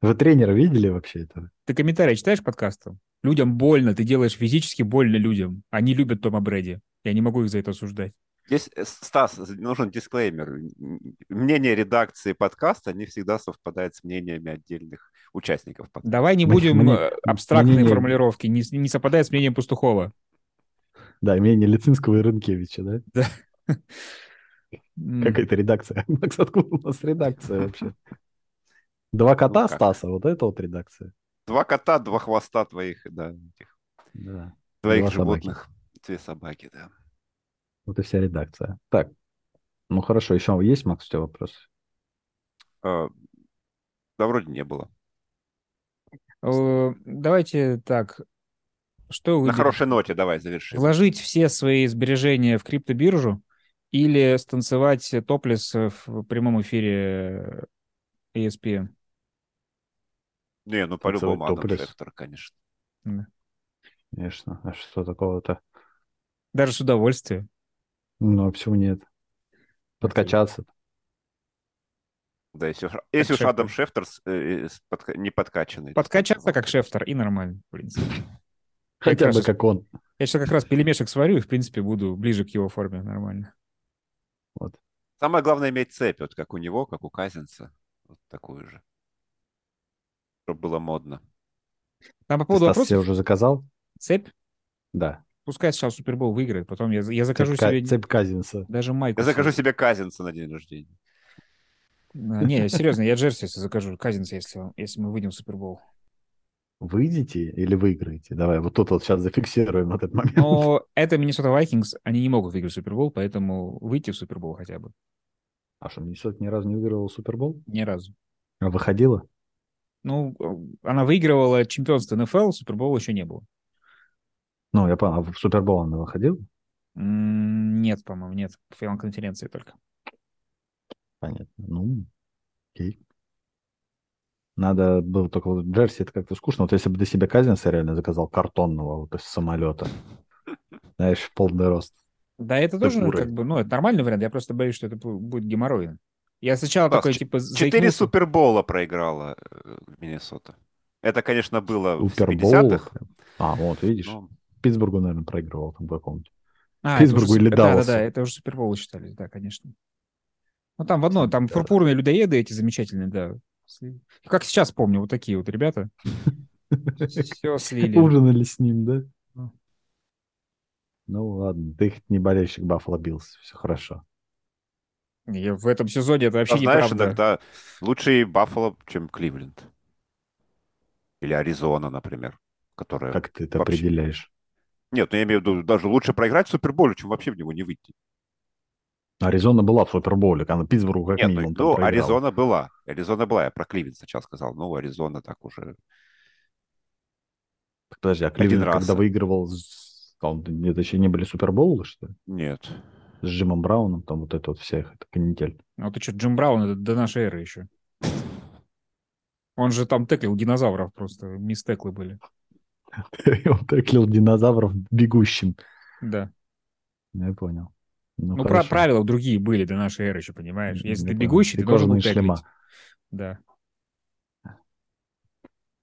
A: Вы тренера видели вообще это?
B: Ты комментарии читаешь подкастом? Людям больно, ты делаешь физически больно людям. Они любят Тома Брэди. Я не могу их за это осуждать.
C: Здесь, э, Стас, нужен дисклеймер. М- Мнение редакции подкаста не всегда совпадает с мнениями отдельных участников подкаста.
B: Давай не
A: Мне-
B: будем
A: мне-
B: э, абстрактные
A: мнение-
B: формулировки, не, с- не совпадает с мнением Пастухова.
A: Да, имение Лицинского и Рынкевича, да?
B: М,
A: Какая-то редакция. Макс, откуда у нас редакция вообще? Два кота
C: как?
A: Стаса, вот это вот редакция.
C: Два кота, два хвоста твоих, да, этих,
A: Да.
C: твоих
A: Два собаки.
C: животных. Две собаки, да.
A: Вот и вся редакция. Так, ну хорошо, еще есть, Макс, у тебя вопрос?
C: Э, Да вроде не было.
B: э, Давайте так. Что вы
C: На хорошей ноте давай завершим.
B: Вложить все свои сбережения в криптобиржу или станцевать топлес в прямом эфире э, ESPN?
C: Не, ну
A: Танцевать
C: по-любому Адам
A: топлес.
C: Шефтер, конечно.
A: Конечно, а что такого-то?
B: Даже с удовольствием.
A: Ну, а почему нет? Подкачаться.
C: Да, если уж, если уж
B: Шефтер.
C: Адам Шефтер с- э, э, с подка- не подкачанный. то
B: Подкачаться как
C: сказал.
B: шефтер и нормально, в принципе.
A: Хотя бы
B: кажется,
A: как он.
B: Я сейчас как раз пельмешек сварю и, в принципе, буду ближе к его форме нормально.
A: Вот.
C: Самое главное иметь цепь, вот как у него, как у Казинца. Вот такую же. Чтобы было модно.
B: Там А по
A: Ты,
B: поводу
A: Стас, себе
B: вопросов.
A: уже заказал?
B: Цепь.
A: Да.
B: Пускай сначала Супербол выиграет, потом я, я закажу
A: цепь, Ка-
B: себе
A: цепь Казинса.
B: даже майку.
C: Я закажу
B: себе.
C: себе Казинца на день рождения.
B: А, Не, серьезно, я джерси если закажу, Казинс, если, он- если мы выйдем в Супербол.
A: Выйдете или выиграете? Давай, вот тут вот сейчас зафиксируем вот этот момент.
B: Но это Миннесота Вайкингс, они не могут выиграть Супербол, поэтому выйти в Супербол хотя бы.
A: А что, Миннесота ни разу не выигрывала Супербол?
B: Ни разу.
A: А выходила?
B: Ну, э, она выигрывала чемпионство НФЛ, Супербола еще не было.
A: Ну, я понял, а в Супербол она выходила?
B: М, Нет, по-моему, нет. В финал конференции только.
A: Понятно. Ну, окей. Надо было только вот Джерси, это как-то скучно. Вот если бы ты себе Казинса реально заказал картонного вот из самолета, знаешь, в полный рост.
B: Да, это
A: Это
B: тоже
A: бурый.
B: как бы, ну, это нормальный вариант. Я просто боюсь, что это бу- будет геморрой. Я
A: А,
B: сначала
C: Стас,
B: такой,
C: чет-
B: типа,
C: Четыре
B: заикнулся.
C: Супербола проиграла э, Миннесота. Это, конечно, было в Ну.
A: Супербол.
C: 70-х.
A: А, вот, видишь,
C: но-
A: Питтсбургу, наверное, проигрывал там какому-то.
B: А,
A: Питтсбургу
B: это уже
A: или
B: суп- Да, да,
A: Далласу?
B: да, это уже Супербол считали, да, конечно. Ну, там в одно, там
A: Да.
B: пурпурные людоеды эти замечательные, да. Сли- Как сейчас помню, вот такие вот ребята. Все слили.
A: Ужинали с ним, да?
B: Ну.
A: Ну ладно, ты хоть не болельщик Баффало Биллс, все хорошо.
B: Я в этом сезоне это вообще
C: А знаешь,
B: неправда.
C: иногда лучше и Баффало, чем Кливленд. Или Аризона, например. Которая...
A: Как ты это
C: Э, Вообще.
A: определяешь?
C: Нет, ну я имею в виду, даже лучше проиграть в Суперболе, чем вообще в него не выйти.
A: Аризона была в Суперболе, она Питтсбургу как
C: Нет, ну,
A: минимум там
C: ну,
A: проиграла.
C: Аризона была. Аризона была, я про Кливленд сейчас сказал. Ну, Аризона так уже.
A: Так Подожди, а Кливленд
C: раз.
A: когда выигрывал, с- а он- это еще не были Суперболы, что ли?
C: Нет.
A: С Джимом Брауном, там вот это вот вся их эта канитель.
B: Ну ты что, Джим Браун, это до нашей эры еще. Он же там теклил динозавров просто, мистеклы были.
A: И он теклил динозавров бегущим.
B: Да.
A: Ну, Я понял.
B: Ну, про-
A: хорошо.
B: правила другие были до нашей эры еще, понимаешь?
A: М,
B: Если
A: я
B: ты
A: понял.
B: бегущий,
A: Ты
B: ты должен
A: кожаные
B: был теклить.
A: шлема.
B: Да.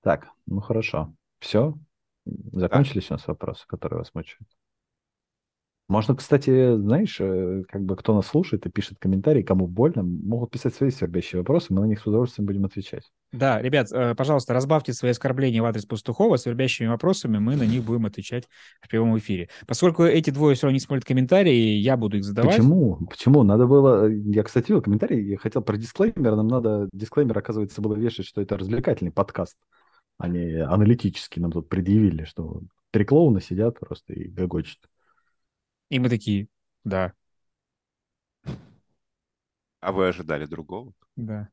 A: Так, ну хорошо. Все? Закончились у нас вопросы, которые вас мучают? Можно, кстати, знаешь, э, как бы кто нас слушает и пишет комментарии, кому больно, могут писать свои свербящие вопросы, мы на них с удовольствием будем отвечать.
B: Да, ребят, э, пожалуйста, разбавьте свои оскорбления в адрес Пастухова свербящими вопросами, мы на них будем отвечать в прямом эфире. Поскольку эти двое все равно не смотрят комментарии, я буду их задавать.
A: Почему? Почему? Надо было... э, Я, кстати, видел комментарий, я хотел про дисклеймер, нам надо... Дисклеймер, оказывается, было вешать, что это развлекательный подкаст, а не аналитический. Нам тут предъявили, что три клоуна сидят просто и гогочат.
B: И мы такие, да,
C: А вы ожидали другого?
B: да.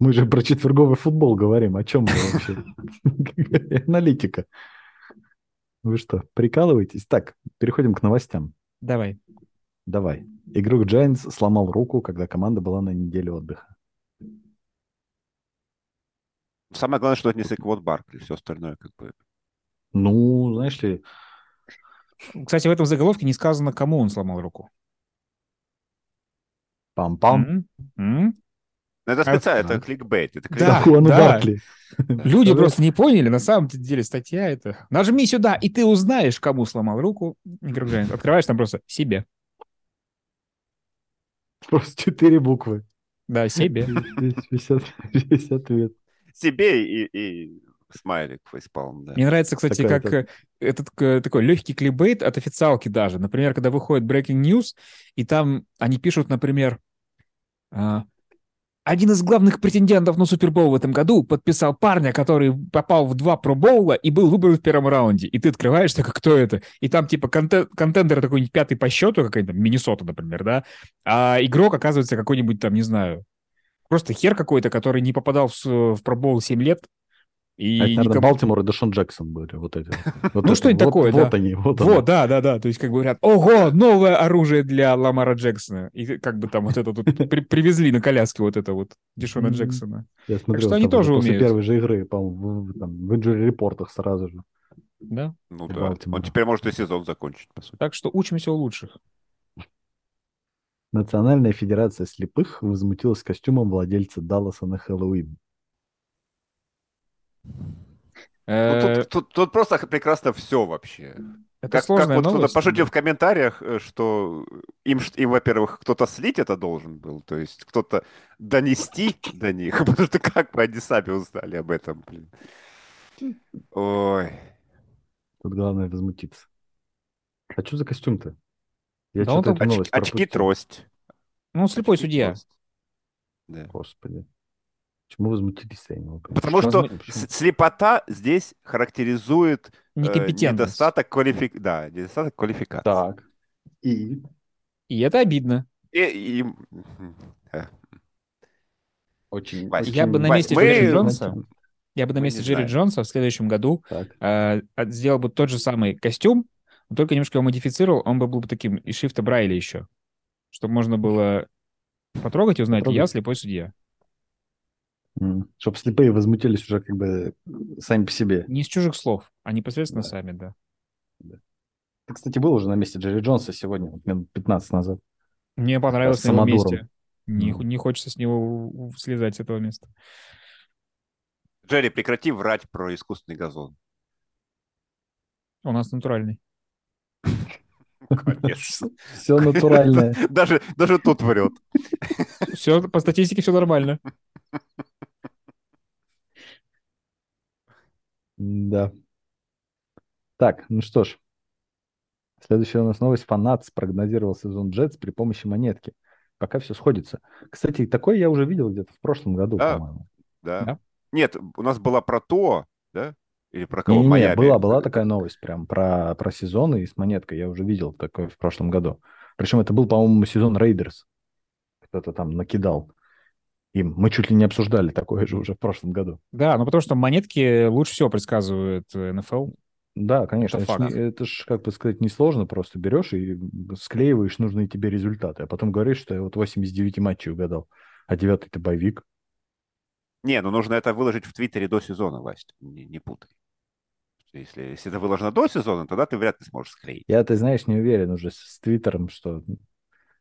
A: Мы же про четверговый футбол говорим. О чем мы вообще? Аналитика. Вы что, прикалываетесь? Так, переходим к новостям.
B: Давай.
A: Давай. Игрок Giants сломал руку, когда команда была на неделе отдыха.
C: Самое главное, что это не Секвот Баркли. Все остальное как бы...
A: Ну, знаешь ли,
B: Кстати, в этом заголовке не сказано, кому он сломал руку.
A: пам-пам.
B: М? М?
C: Ну, это специально, это
A: Ага.
C: кликбейт. Это
B: Да,
C: кликбейт.
A: Захуану
B: да.
A: Баркли.
B: Люди
A: Что за-
B: просто не поняли, на самом деле статья это. Нажми сюда, и ты узнаешь, кому сломал руку. Игорь Грянев. Открываешь там просто себе.
A: Просто четыре буквы.
B: Да, себе.
A: Здесь Весь от- весь ответ.
C: Себе и, и смайлик фейспалм, да.
B: Мне нравится, кстати,
A: Такая
B: как э, этот э, такой легкий клибейт от официалки даже. Например, когда выходит Breaking News, и там они пишут, например, а, один из главных претендентов на Супербоул в этом году подписал парня, который попал в два пробоула и был выбран в первом раунде. И ты открываешь, так кто это? И там типа контен- контендер такой-нибудь пятый по счету, какая-нибудь там Миннесота, например, да? А игрок оказывается какой-нибудь там, не знаю, просто хер какой-то, который не попадал в, с- в пробоул 7 лет. И
A: А это, наверное,
B: никому-
A: Балтимор и Дэшон Джексон были. Вот эти. Вот
B: Ну,
A: это.
B: что-нибудь
A: Вот-
B: такое,
A: Вот
B: да.
A: они, вот
B: Вот,
A: оно.
B: да, да, да. То есть, как бы говорят, ого, новое оружие для Ламара Джексона. И как бы там вот это тут при- привезли на коляске вот это вот Дешона
A: Мгм.
B: Джексона.
A: Я смотрел,
B: что они
A: там уже
B: тоже
A: после
B: умеют.
A: первой же игры, по-моему, в- там, в инжури-репортах сразу же.
B: Да.
C: Ну
A: И
C: да.
A: Балтимора.
C: Он теперь может и сезон закончить, по сути.
B: Так что учимся у лучших.
A: Национальная федерация слепых возмутилась костюмом владельца Далласа на Хэллоуин.
C: Ну,
B: Э,
C: тут, тут- тут просто прекрасно все вообще.
B: Это
C: Как, как
B: сложная
C: вот кто-то
B: новость.
C: пошутил в комментариях, э, что им, ш- им во-первых, кто-то слить это должен был, то есть кто-то донести до них, потому что как бы они сами узнали об этом, блин. Ой.
A: Тут главное возмутиться. А что за костюм-то? Я
B: Да он
A: чё-то эту
B: там
C: Очки,
A: новость
C: очки
A: пропустил.
C: трость.
B: Ну, слепой
C: Очки,
B: судья.
C: трость. Да.
A: Господи. Почему возмутились, я не могу понять.
C: Потому
B: Что
C: что
B: значит?
C: с- слепота здесь характеризует э,
B: Некомпетентность.
C: недостаток, квалифи- да, недостаток квалификации.
A: Так. И?
B: И это обидно.
C: И, и- мгм. Э,
A: Очень,
C: Вась,
B: Я бы на
C: Вась,
B: месте
C: мы-
B: Джерри Джонса, я бы на
C: Мы
B: месте
C: не
B: Джерри
C: знаем.
B: Джонса в следующем году
A: Так.
B: э, от- сделал бы тот же самый костюм, но только немножко его модифицировал, он бы был бы таким из шрифта Брайля еще. Чтобы можно было потрогать и узнать, я
A: Потрогать.
B: слепой судья.
A: Чтобы слепые возмутились уже как бы сами по себе.
B: Не из чужих слов, а непосредственно
A: Да.
B: сами, да.
A: Ты, кстати, был уже на месте Джерри Джонса сегодня, вот минут 15 назад.
B: Мне понравилось
A: с
B: на его
A: самодуром.
B: месте. Не,
A: Ну.
B: ху- не хочется с него у- у- слезать с этого места.
C: Джерри, прекрати врать про искусственный газон.
B: У нас натуральный.
C: Конечно.
A: Все натуральное.
C: Даже, даже тут врет.
B: Все, по статистике все нормально.
A: Да. Так, ну что ж. Следующая у нас новость. Фанат спрогнозировал сезон Джетс при помощи монетки. Пока все сходится. Кстати, такое я уже видел где-то в прошлом году,
C: Да.
A: по-моему.
C: Да.
B: Да.
C: Нет, у нас была про то, да? Или про кого?
A: Не, не,
C: Майами.
A: была, была такая новость прям про, про сезон и с монеткой. Я уже видел такое в прошлом году. Причем это был, по-моему, сезон Рейдерс. Кто-то там накидал им. Мы чуть ли не обсуждали такое же уже в прошлом году.
B: Да, ну потому что монетки лучше всего предсказывают э, НФЛ.
A: Да, конечно.
B: Это
A: Это, ж
B: факт.
A: не- это ж, как бы сказать, несложно. Просто берешь и склеиваешь нужные тебе результаты. А потом говоришь, что я вот 89 матчей угадал, а девятый ты боевик.
C: Не, ну нужно это выложить в Твиттере до сезона, Вась. ты Не, не путай. Если, если это выложено до сезона, тогда ты вряд ли сможешь склеить.
A: Я, ты знаешь, не уверен уже с, с Твиттером, что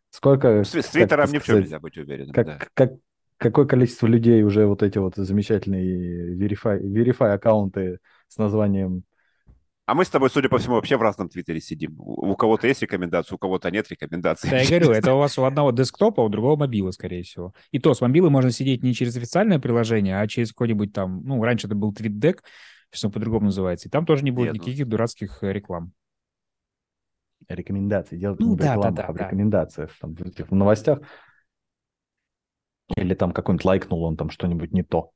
A: сколько...
C: С, с
A: как
C: Твиттером
A: это
C: ни в чем
A: сказать,
C: нельзя быть уверенным.
A: как,
C: да.
A: как, какое количество людей уже вот эти вот замечательные верифай, верифай аккаунты с названием...
C: А мы с тобой, судя по всему, вообще в разном Твиттере сидим. У у кого-то есть рекомендации, у кого-то нет рекомендаций.
B: Да, я говорю, это у вас у одного десктопа, у другого мобила, скорее всего. И то, с мобилы можно сидеть не через официальное приложение, а через какой-нибудь там, ну, раньше это был твитдек, сейчас он по-другому называется, и там тоже не будет
C: Нет, ну-
B: никаких дурацких э, реклам.
A: рекомендации. Дело
B: Ну
A: не в
B: да, да,
A: рекламах,
B: да,
A: а в
B: да.
A: рекомендациях, там, в этих новостях. Или там какой-нибудь лайкнул он там что-нибудь не то.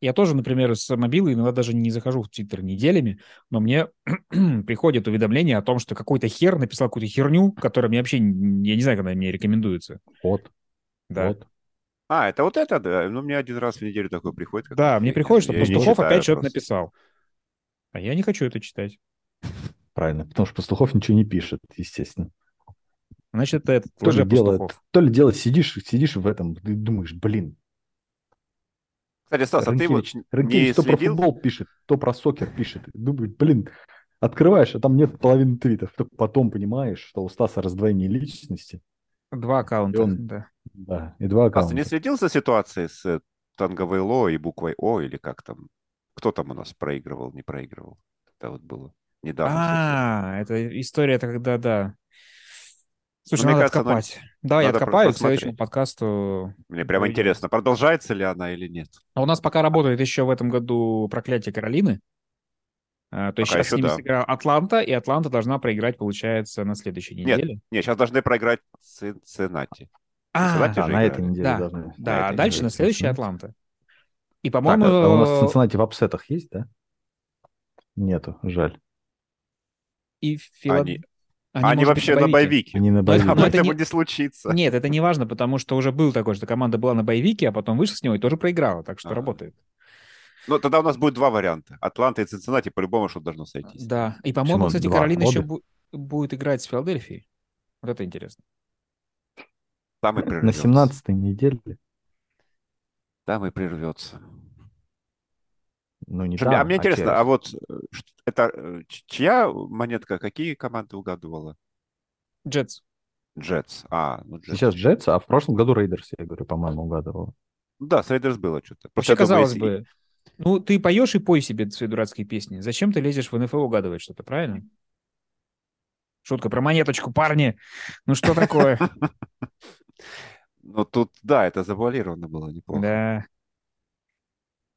B: Я тоже, например, с мобилы иногда даже не захожу в Твиттер неделями, но мне приходит уведомление о том, что какой-то хер написал какую-то херню, которая мне вообще, н- я не знаю, когда мне рекомендуется.
A: Вот,
B: Да,
A: вот.
C: А, это вот это, да. Ну, мне один раз в неделю такой приходит. какой-то
B: да мне
C: фигня.
B: приходит, что
C: Я не
B: Пастухов
C: читаю
B: опять что-то
C: просто.
B: написал. А я не хочу это читать.
A: Правильно, потому что Пастухов ничего не пишет, естественно.
B: Значит, это этот
A: То ли, дело,
B: Пастухов.
A: то ли дело сидишь, сидишь в этом, ты думаешь, блин,
C: Кстати, Стас, а ты вот
A: Рынкевич,
C: не
A: Рынкевич то про
C: следил?
A: футбол пишет, то про сокер пишет. И Думаешь, блин, открываешь, а там нет половины твитов. Только потом понимаешь, что у Стаса раздвоение личности.
B: Два аккаунта,
A: И он-
B: да.
A: Да, и два
C: Стас, ты
A: аккаунта.
C: не следил за ситуацией с э, танговой ло и буквой О или как там? Кто там у нас проигрывал, не проигрывал? Это вот было недавно. совсем.
B: А, это история тогда, да. Слушай,
C: Ну, мне
B: надо
C: кажется, нам
B: откопать. Да, я
C: надо про-
B: откопаю к
C: посмотреть.
B: следующему подкасту.
C: Мне прямо
B: Увидим.
C: интересно, продолжается ли она или нет.
B: А у нас пока работает еще в этом году проклятие Каролины. А, то есть
C: Пока
B: сейчас с
C: еще
B: ними
C: да.
B: сыграла Атланта, и Атланта должна проиграть, получается, на следующей
C: Нет,
B: неделе.
C: Не, сейчас должны проиграть Цинциннати.
B: а,
C: Цинциннати
A: Да,
C: же
A: на
C: играли.
A: этой неделе
B: Да,
A: должны.
B: да,
C: это
B: а
C: не
B: дальше
A: играет
B: на следующей
A: Цинциннати.
B: Атланти. И, по-моему,
A: Так, а у нас
B: э,
A: Цинциннати в апсетах есть, да? Нету, жаль.
B: и Филад-
C: Они,
B: А, они,
C: А они
B: может быть,
C: вообще на боевике.
A: Они на
B: Но это-
A: боевике.
B: но это
C: Поэтому
B: не-
C: не случится.
B: Нет, это не важно, потому что уже был такой, что команда была на боевике, а потом вышла с него и тоже проиграла, так что
C: Ага.
B: работает.
C: Ну, тогда у нас будет два варианта. Атланта и Цинциннати по-любому что-то должно сойтись.
B: Да. И,
A: Почему
B: по-моему, кстати,
A: два?
B: Каролина еще
A: Обе?
B: бу- будет играть с Филадельфией. Вот это интересно.
C: Там и
A: На
C: прервется.
A: 17 неделе.
C: Там и прервется.
A: Ну, не
C: Слушай, а
A: там,
C: мне интересно,
A: через.
C: а вот э, ш- это э, ч- чья монетка, какие команды угадывала?
B: Джетс.
C: Джетс. А, ну Джетс.
A: Сейчас Джетс, а в прошлом году Рейдерс, я говорю, по-моему, угадывал.
C: Ну Да, с Рейдерс было что-то.
B: Вообще,
C: Просто я думаю,
B: казалось
C: если-
B: бы, ну, ты поешь и пой себе свои дурацкие песни. Зачем ты лезешь в НФЛ угадывать что-то, правильно? Шутка про монеточку, парни. Ну что такое?
C: Ну, тут, да, это завуалировано было неплохо.
B: Да.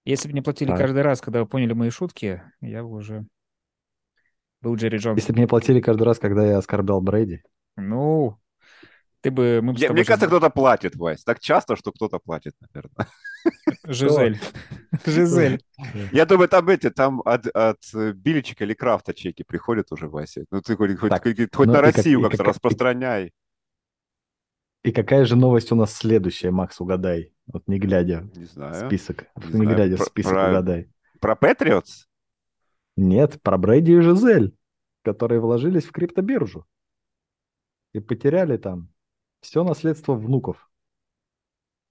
B: Если бы мне платили
A: Так.
B: каждый раз, когда вы поняли мои шутки, я бы уже был Джерри Джонс.
A: Если бы мне платили каждый раз, когда я оскорблял Брейди,
B: Ну, ты бы... Мы бы с
C: Я-
B: тобой
C: мне
B: сейчас-
C: кажется, кто-то платит, Вась. Так часто, что кто-то платит, наверное.
B: Жизель. Жизель.
C: Я думаю, там эти, там от, от э, Билечек или Крафта чеки приходят уже, Вася. Ну, ты хоть, хоть-
A: Так,
C: хоть- хоть
A: ну
C: на
A: и как-
C: Россию
A: и
C: как-то
A: как-
C: распространяй.
A: И какая же новость у нас следующая, Макс, угадай. Вот не глядя
C: Не
A: в
C: знаю.
A: список.
C: А? Не
A: Не,
C: знаю,
A: глядя в
C: про-
A: список
C: про-
A: угадай.
C: Про Патриотс?
A: Нет, про Брейди и Жизель, которые вложились в криптобиржу и потеряли там все наследство внуков.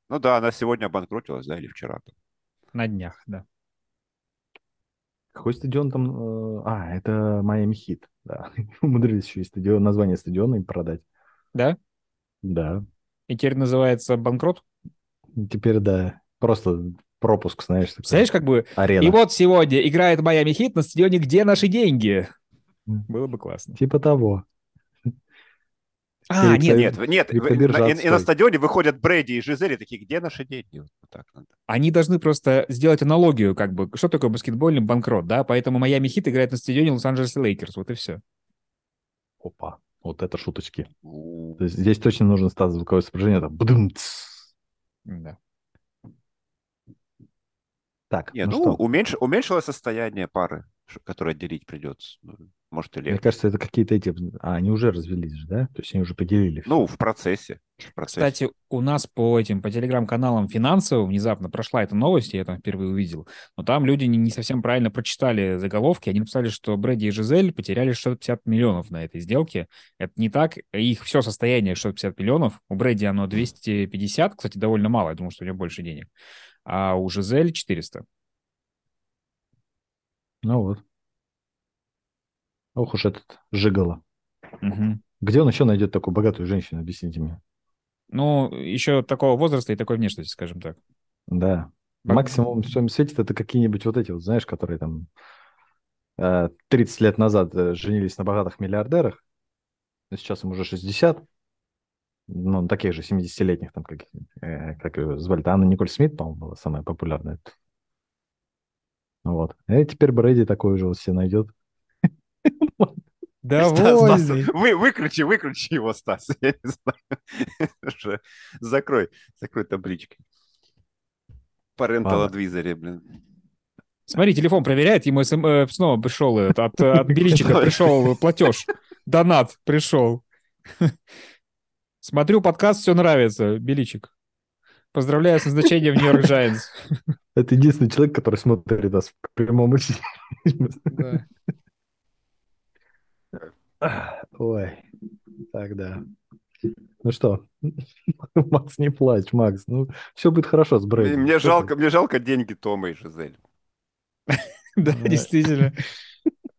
C: Ну да, она сегодня обанкротилась, да, или вчера. там.
B: На днях, да.
A: Какой стадион там... э, А, это Майами Хит. Да. Умудрились еще и стадион, название стадиона им продать.
B: Да?
A: Да.
B: И теперь называется банкрот.
A: Теперь, да, просто пропуск, знаешь, такой.
B: Представляешь, как бы...
A: арена.
B: И вот сегодня играет Майами Хит на стадионе «Где наши деньги?»
A: М.
B: Было бы классно.
A: Типа того.
B: А,
A: Или,
B: нет,
A: кстати,
C: Нет, нет,
A: Криптобиржа
C: на- и, и на
A: отстой.
C: стадионе выходят Брэди и Жизели такие, где наши деньги? Вот так надо.
B: они должны просто сделать аналогию, как бы, что такое баскетбольный банкрот, да? Поэтому Майами Хит играет на стадионе Лос-Анджелес Лейкерс, вот и все.
A: Опа, вот это шуточки. То есть здесь точно нужно стать звуковое сопряжение. Там, бдым, тс.
B: Да.
A: Так,
C: Не,
A: ну,
C: ну,
A: что?
C: уменьш- уменьшилось состояние пары, ш- которое делить придется. Ну, Может, и
A: Мне
C: легче.
A: кажется, это какие-то эти... А, они уже развелись же, да? То есть они уже поделили. всё.
C: Ну, в процессе. В процессе.
B: Кстати, у нас по этим, по телеграм-каналам финансовым внезапно прошла эта новость, я там впервые увидел. Но там люди не, не совсем правильно прочитали заголовки. Они написали, что Брэди и Жизель потеряли 650 миллионов на этой сделке. Это не так. Их все состояние 650 миллионов. У Брэди оно 250, кстати, довольно мало. Я думаю, что у него больше денег. А у Жизель 400.
A: Ну вот. Ох уж этот жигало.
B: Мгм.
A: Где он еще найдет такую богатую женщину, объясните мне.
B: Ну, еще такого возраста и такой внешности, скажем так.
A: Да.
B: Бог-
A: Максимум, что им светит, это какие-нибудь вот эти, вот, знаешь, которые там э, 30 лет назад э, женились на богатых миллиардерах, но сейчас им уже 60, ну, на таких же 70-летних, там, как, э, как ее звали, Анна Николь Смит, по-моему, была самая популярная. Вот. И теперь Брэди такой же вот себе найдет.
C: Стас, Стас, вы, выключи, выключи его, Стас. Я не знаю. Уже Закрой, закрой табличкой. Parental
A: Ладно.
C: адвизоре, блин.
B: Смотри, телефон проверяет, ему SM, э, снова пришел этот, от, э, от Берильчика пришел платеж, донат пришел. Смотрю подкаст, все нравится, Беличик. Поздравляю с назначением в Нью-Йорк Джайнс.
A: Это единственный человек, который смотрит нас в прямом эфире. Ой, тогда. Ну что, Макс, не плачь, Макс. Ну, все будет хорошо с Брэди.
C: Мне мне жалко, мне жалко деньги Тома и Жизель.
B: Да,
A: Да.
B: действительно.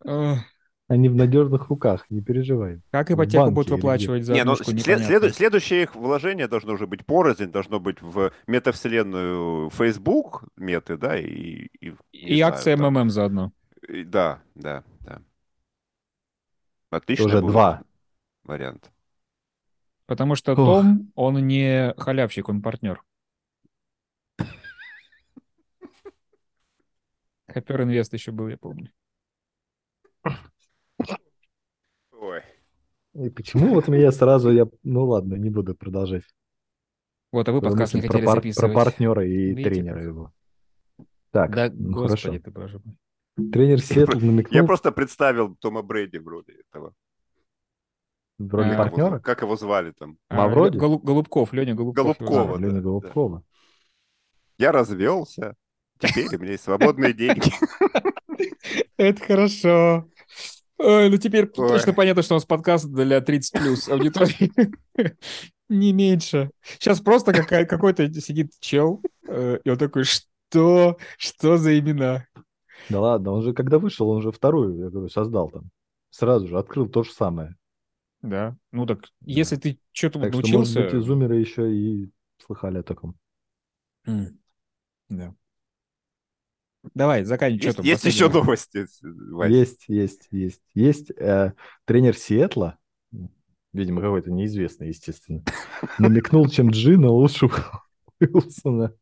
B: Ох,
A: Они в надежных руках, не переживай.
B: Как
A: В
B: ипотеку
A: банке
B: будут
A: или
B: выплачивать за
C: Не, ну,
B: однушку,
C: след-
B: непонятно.
C: следу- следующее их вложение должно уже быть порознь, должно быть в метавселенную Facebook меты, да, и... И, не
B: И
C: знаю,
B: акция
C: там.
B: МММ заодно.
C: И Да, да, да. Отлично.
A: Уже два.
C: Вариант.
B: Потому что
A: Ох.
B: Том, он не халявщик, он партнер. Хоппер Инвест еще был, я помню.
C: Ой.
A: И почему вот меня сразу я... Ну ладно, не буду продолжать.
B: Вот, а вы
A: Потому
B: подкаст
A: что
B: не
A: про,
B: хотели
A: пар-
B: записывать.
A: про партнера и
B: Видите,
A: тренера
B: как?
A: его. Так,
B: Да,
A: ну
B: господи
A: хорошо.
B: ты, боже мой.
A: Тренер Сиэтл
C: Я
B: Ну,
A: намекнул
C: просто представил Тома Брэди вроде этого.
A: в роли
B: А,
C: Как его зв-
A: партнера.
C: Как его звали там?
B: А,
A: Мавроди?
B: Голу- Голубков, Леня Голубков. его
C: Голубкова,
B: зовут.
A: А,
C: да,
A: Лёня
C: да.
A: Голубкова.
C: Я развелся. Теперь у меня есть свободные деньги.
B: Это хорошо. Ой, ну теперь
C: Ой.
B: точно понятно, что у нас подкаст для 30 плюс аудитории. Не меньше. Сейчас просто какая- какой-то сидит чел, э, и он такой, что? Что за имена?
A: Да ладно, он же когда вышел, он же вторую, я говорю, создал там. Сразу же открыл то же самое.
B: Да. Ну так, если ты что-то
A: Так
B: вот
A: что, может
B: научился...
A: быть, изумеры еще и слыхали о таком.
B: М, Да. Давай, заканчивай.
C: Есть
B: что там,
C: есть
B: последнее?
C: еще новости, Вась.
A: Есть, есть, есть. Есть э, тренер Сиэтла, видимо, какой-то неизвестный, естественно, намекнул, чем Джина лучше Уилсона.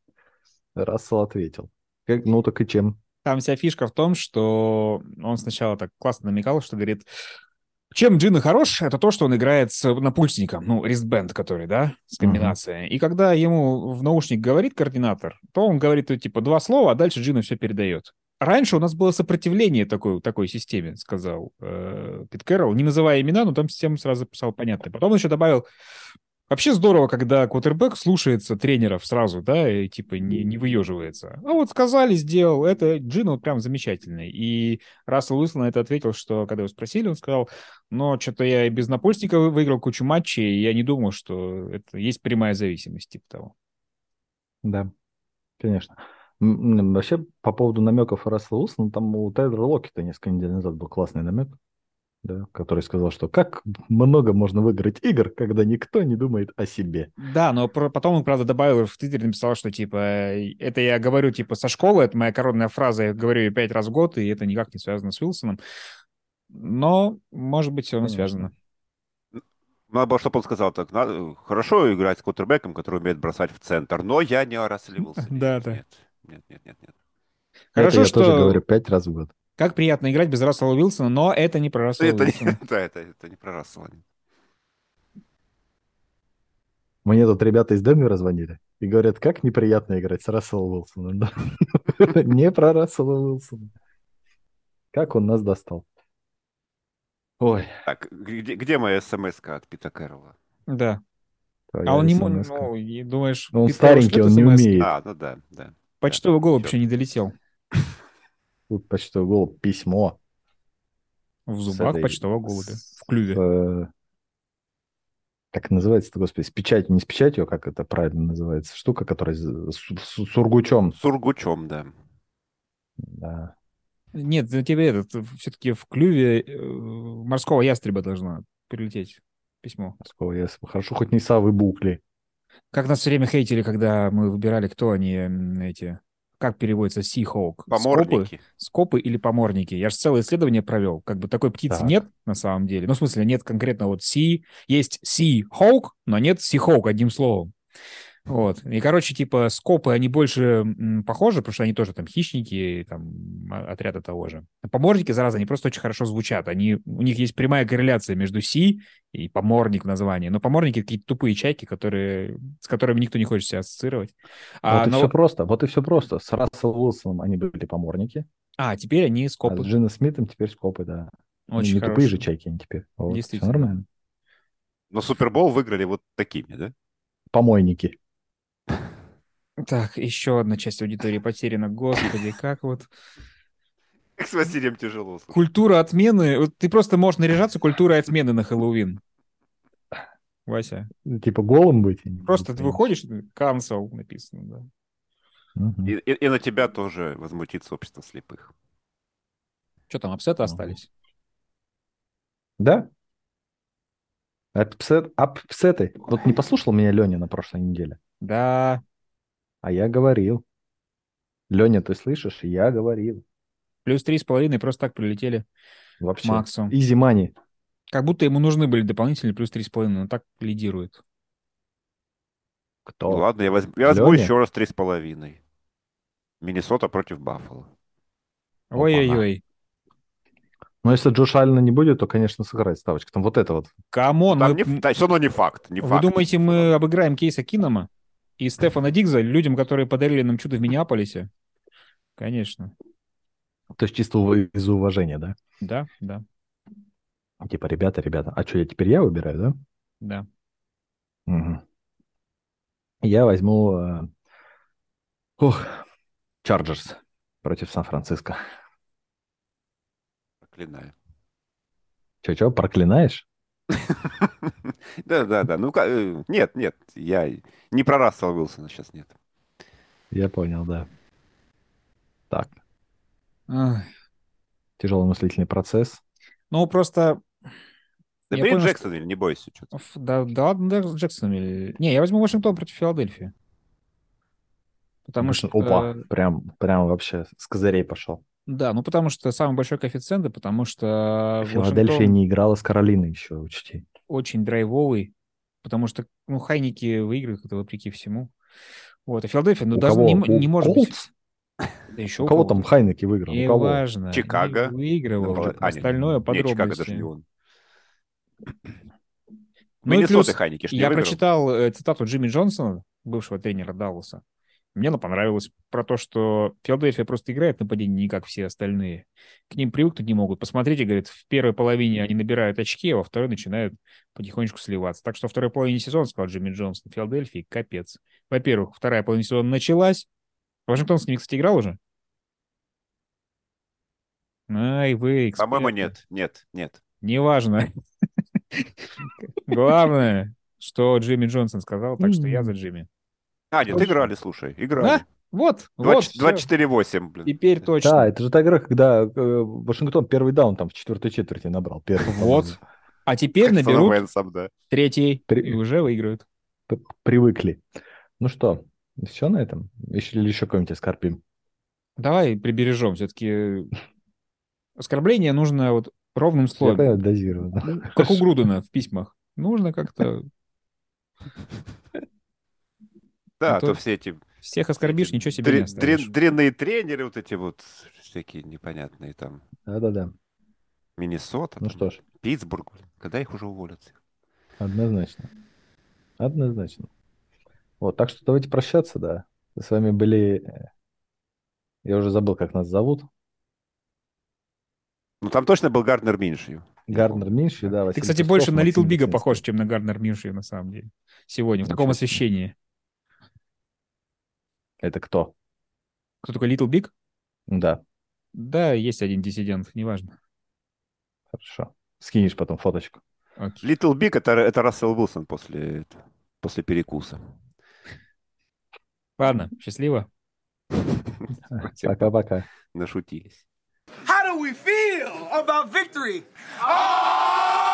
A: Рассел ответил. Как, ну, так и чем.
B: Там вся фишка в том, что он сначала так классно намекал, что говорит, чем Джина хорош, это то, что он играет с напульсником, ну, wristband который, да, с
A: Мгм.
B: комбинацией. И когда ему в наушник говорит координатор, то он говорит, э, типа, два слова, а дальше Джина все передает. Раньше у нас было сопротивление такой, такой системе, сказал э, Пит Кэрролл, не называя имена, но там систему сразу писал понятно. Потом он еще добавил, Вообще здорово, когда квотербек слушается тренеров сразу, да, и типа не, не выеживается. А вот сказали, сделал. Это Джин вот прям замечательный. И Рассел Уилсон на это ответил, что когда его спросили, он сказал, но что-то я и без напульсника вы- выиграл кучу матчей, и я не думал, что это есть прямая зависимость типа того.
A: Да, конечно. М, м, Вообще, по поводу намеков Рассела Уилсона, там у Тайлера Локета несколько недель назад был классный намек, да, который сказал, что как много можно выиграть игр, когда никто не думает о себе.
B: Да, но про- потом он, правда, добавил в Твиттере, написал, что типа э, это я говорю типа со школы, это моя коронная фраза, я говорю ее пять раз в год, и это никак не связано с Уилсоном. Но, может быть, все равно
A: Конечно.
B: связано.
C: Надо было, чтобы а он сказал так. надо- Хорошо играть с кутербеком, который умеет бросать в центр, но я не Рассел Уилсон.
B: Да,
C: Нет,
B: да.
C: Нет, нет, нет, нет.
A: Это
B: Хорошо,
A: я
B: что
A: тоже говорю пять раз в год.
B: Как приятно играть без Рассела Уилсона, но это не про Рассела
C: Это,
B: Уилсона.
C: не- да, это, это не про Рассела.
A: Мне тут ребята из Денвера звонили и говорят, как неприятно играть с Расселом Уилсоном. Да. Не про Рассела Уилсона. Как он нас достал. Ой.
C: Так, где, где моя смс от Пита Кэрола?
B: Да.
A: твоя
B: А он не может,
A: СМСка.
B: ну, и думаешь...
A: Ну, он
B: Питер, что
A: старенький,
B: это
A: он не
B: смс?
A: умеет.
C: А, ну да, да.
B: Почтовый голубь еще не долетел.
A: Тут почтовый голубь письмо.
B: В
A: с
B: зубах
A: этой-
B: почтового голубя.
A: с,
B: В клюве.
A: э, Как называется-то, господи, с печатью, не с печатью, а как это правильно называется? Штука, которая с, с- с сургучом.
C: Сургучом, да.
A: Да.
B: Нет, за тебе этот, все-таки в клюве э, морского ястреба должно прилететь письмо.
A: Морского ястреба. Хорошо, хоть не совы букли.
B: Как нас все время хейтили, когда мы выбирали, кто они м, эти... Как переводится Сихоук?
C: Поморники.
B: скопы или поморники. Я же целое исследование провел. Как бы такой птицы
A: Так.
B: нет на самом деле. Ну, в смысле, нет конкретно вот си. Есть си хоук, но нет си хоук одним словом. Вот. И, короче, типа, скопы, они больше м, похожи, потому что они тоже там хищники, там, а- отряда того же. А Поморники, зараза, они просто очень хорошо звучат. Они, у них есть прямая корреляция между си и поморник в названии. Но поморники какие-то тупые чайки, которые, с которыми никто не хочет себя ассоциировать. А,
A: вот и
B: но-
A: все просто. Вот и все просто. С Расселом Уилсоном они были поморники.
B: а, теперь они
A: А
B: скопы.
A: с Джином Смитом теперь скопы, да. Ну,
B: Очень
A: не тупые же
B: хорошо.
A: чайки они теперь. Вот, всё
B: Действительно.
A: нормально.
C: Но Супербол выиграли вот такими, да?
A: Помойники.
B: Так, еще одна часть аудитории потеряна. Господи, как вот...
C: Как с Василием тяжело. слушай.
B: Культура отмены... Вот ты просто можешь наряжаться культурой отмены на Хэллоуин. Вася.
A: Типа голым быть. я не
B: Просто ты
A: понимаю.
B: выходишь, cancel написано, да.
A: Мгм.
C: И, и- и на тебя тоже возмутится общество слепых.
B: Что там, апсеты
A: Ага.
B: остались?
A: Да? Апсет, апсеты. Вот не послушал меня Леня на прошлой неделе,
B: Да.
A: а я говорил. Леня, ты слышишь? Я говорил.
B: Плюс три с половиной просто так прилетели
A: Вообще.
B: Максу.
A: Изи мани.
B: Как будто ему нужны были дополнительные плюс три с половиной, но так лидирует.
A: Кто?
C: Ну ладно, я возьму, я возьму
A: Лёня?
C: еще раз три с половиной. Миннесота против Баффала.
A: Опа-на.
B: Ой-ой-ой.
A: Но если Джош Аллена не будет, то, конечно, сыграет ставочка. Там вот это вот.
B: Камон,
C: Ну, Там
B: А, мы-
C: не, ф- да, все равно не факт. Не
B: Вы
C: факт.
B: думаете, мы обыграем кейса Кинома и Стефана Дигза людям, которые подарили нам чудо в Миннеаполисе? Конечно.
A: То есть чисто ув- из-за уважения, да?
B: Да, да,
A: Типа, ребята, ребята, а что, я теперь я выбираю, да?
B: да.
A: Мгм. Я возьму... э, Ох, Чарджерс против Сан-Франциско.
C: Проклинаю.
A: Че-че, проклинаешь?
C: Да, да, да. Ну, ка- э, нет, нет, я не про Рассела Уилсона сейчас нет.
A: Я понял, да. Так,
B: Ах,
A: тяжеломыслительный процесс.
B: Ну, просто...
C: Да
B: Я
C: блин,
B: понял,
C: Джексон, не бойся. чё ты.
B: ф- Да, да ладно, даже с Джексоном или- Не, я возьму Вашингтон против Филадельфии. Потому что... э,
A: Опа, прям, прям вообще с козырей пошел.
B: Да, ну потому что самый большой коэффициент, и потому
A: Ну,
B: что
A: Филадельфия
B: Вашингтон
A: а не играла с Каролиной еще, учти.
B: очень драйвовый, потому что, ну, Хайники выиграют это вопреки всему. Вот, и Филадельфия, ну,
A: У
B: даже
A: кого?
B: не, м-
A: У
B: не может быть...
A: Колтс?
B: Да еще
A: У кого там Хайнеки выиграл? У кого?
B: Неважно.
C: Чикаго.
B: Не выигрывал.
C: Напала- А, нет,
B: Остальное
C: Не, Чикаго даже
B: подробности.
C: не он.
B: Ну и
C: Миннесота
B: плюс,
C: Хайники ж не
B: я
C: выиграл.
B: прочитал э, цитату Джимми Джонсона, бывшего тренера Далласа. Мне она понравилась про то, что Филадельфия просто играет нападение не как все остальные. К ним привыкнуть не могут. Посмотрите, говорит, в первой половине они набирают очки, а во второй начинают потихонечку сливаться. Так что во второй половине сезона, сказал Джимми Джонсон, Филадельфии капец. Во-первых, вторая половина сезона началась. Вашингтон с ними, кстати, играл уже? Ай, вы,
C: По-моему,
B: эксперты.
C: нет, нет, нет.
B: Неважно. Главное, что Джимми Джонсон сказал, так что я за Джимми.
C: А, нет,
A: Точно.
C: играли, слушай, играли.
B: Вот,
C: Два
B: вот,
C: ч-
B: всё.
C: 24-8, блин.
B: теперь
A: Да,
B: точно.
A: это же та игра, когда э, Вашингтон первый даун там в четвертой четверти набрал. Первый,
B: Вот.
A: по-моему.
B: А теперь
C: Как с
B: наберут
C: Лоренсом, да.
B: третий
A: При-
B: и уже выиграют.
A: П- Привыкли. Ну что, все на этом? Еще, или еще какой-нибудь оскорбим?
B: Давай прибережем. Все-таки оскорбление нужно вот ровным
A: Я
B: слоем.
A: понимаю, дозировано.
B: Как у Грудена в письмах. Нужно как-то
C: Да,
B: А
C: а то
B: то-
C: все эти
B: Всех оскорбишь, ничего себе не
C: Дре-
B: оставишь.
C: дрен- Дрянные тренеры вот эти вот всякие непонятные там.
D: Да-да-да.
C: Миннесота,
A: Ну
C: там,
A: что ж,
C: Питтсбург. блин. Когда их уже уволят?
A: однозначно. Однозначно. Вот, так что давайте прощаться, да. С вами были... э, Я уже забыл, как нас зовут.
C: Ну, там точно был Гарднер меньше.
A: Гарднер Минши, да.
B: Ты,
A: Василий
B: кстати,
A: Песков,
B: больше на
A: Максим
B: Литл Бига
A: Лисицкий.
B: похож, чем на Гарднер Минши, на самом деле. Сегодня, в таком
D: Ничего себе.
B: освещении.
A: Это кто?
B: Кто такой Литл Биг?
A: Да,
B: Да, есть один диссидент, неважно.
A: хорошо. Скинешь потом фоточку.
B: Окей.
C: Литл Биг это, это Рассел Уилсон после, это- после перекуса.
B: Ладно, счастливо.
A: Пока-пока.
C: Нашутились.
E: How do we feel about victory? Oh!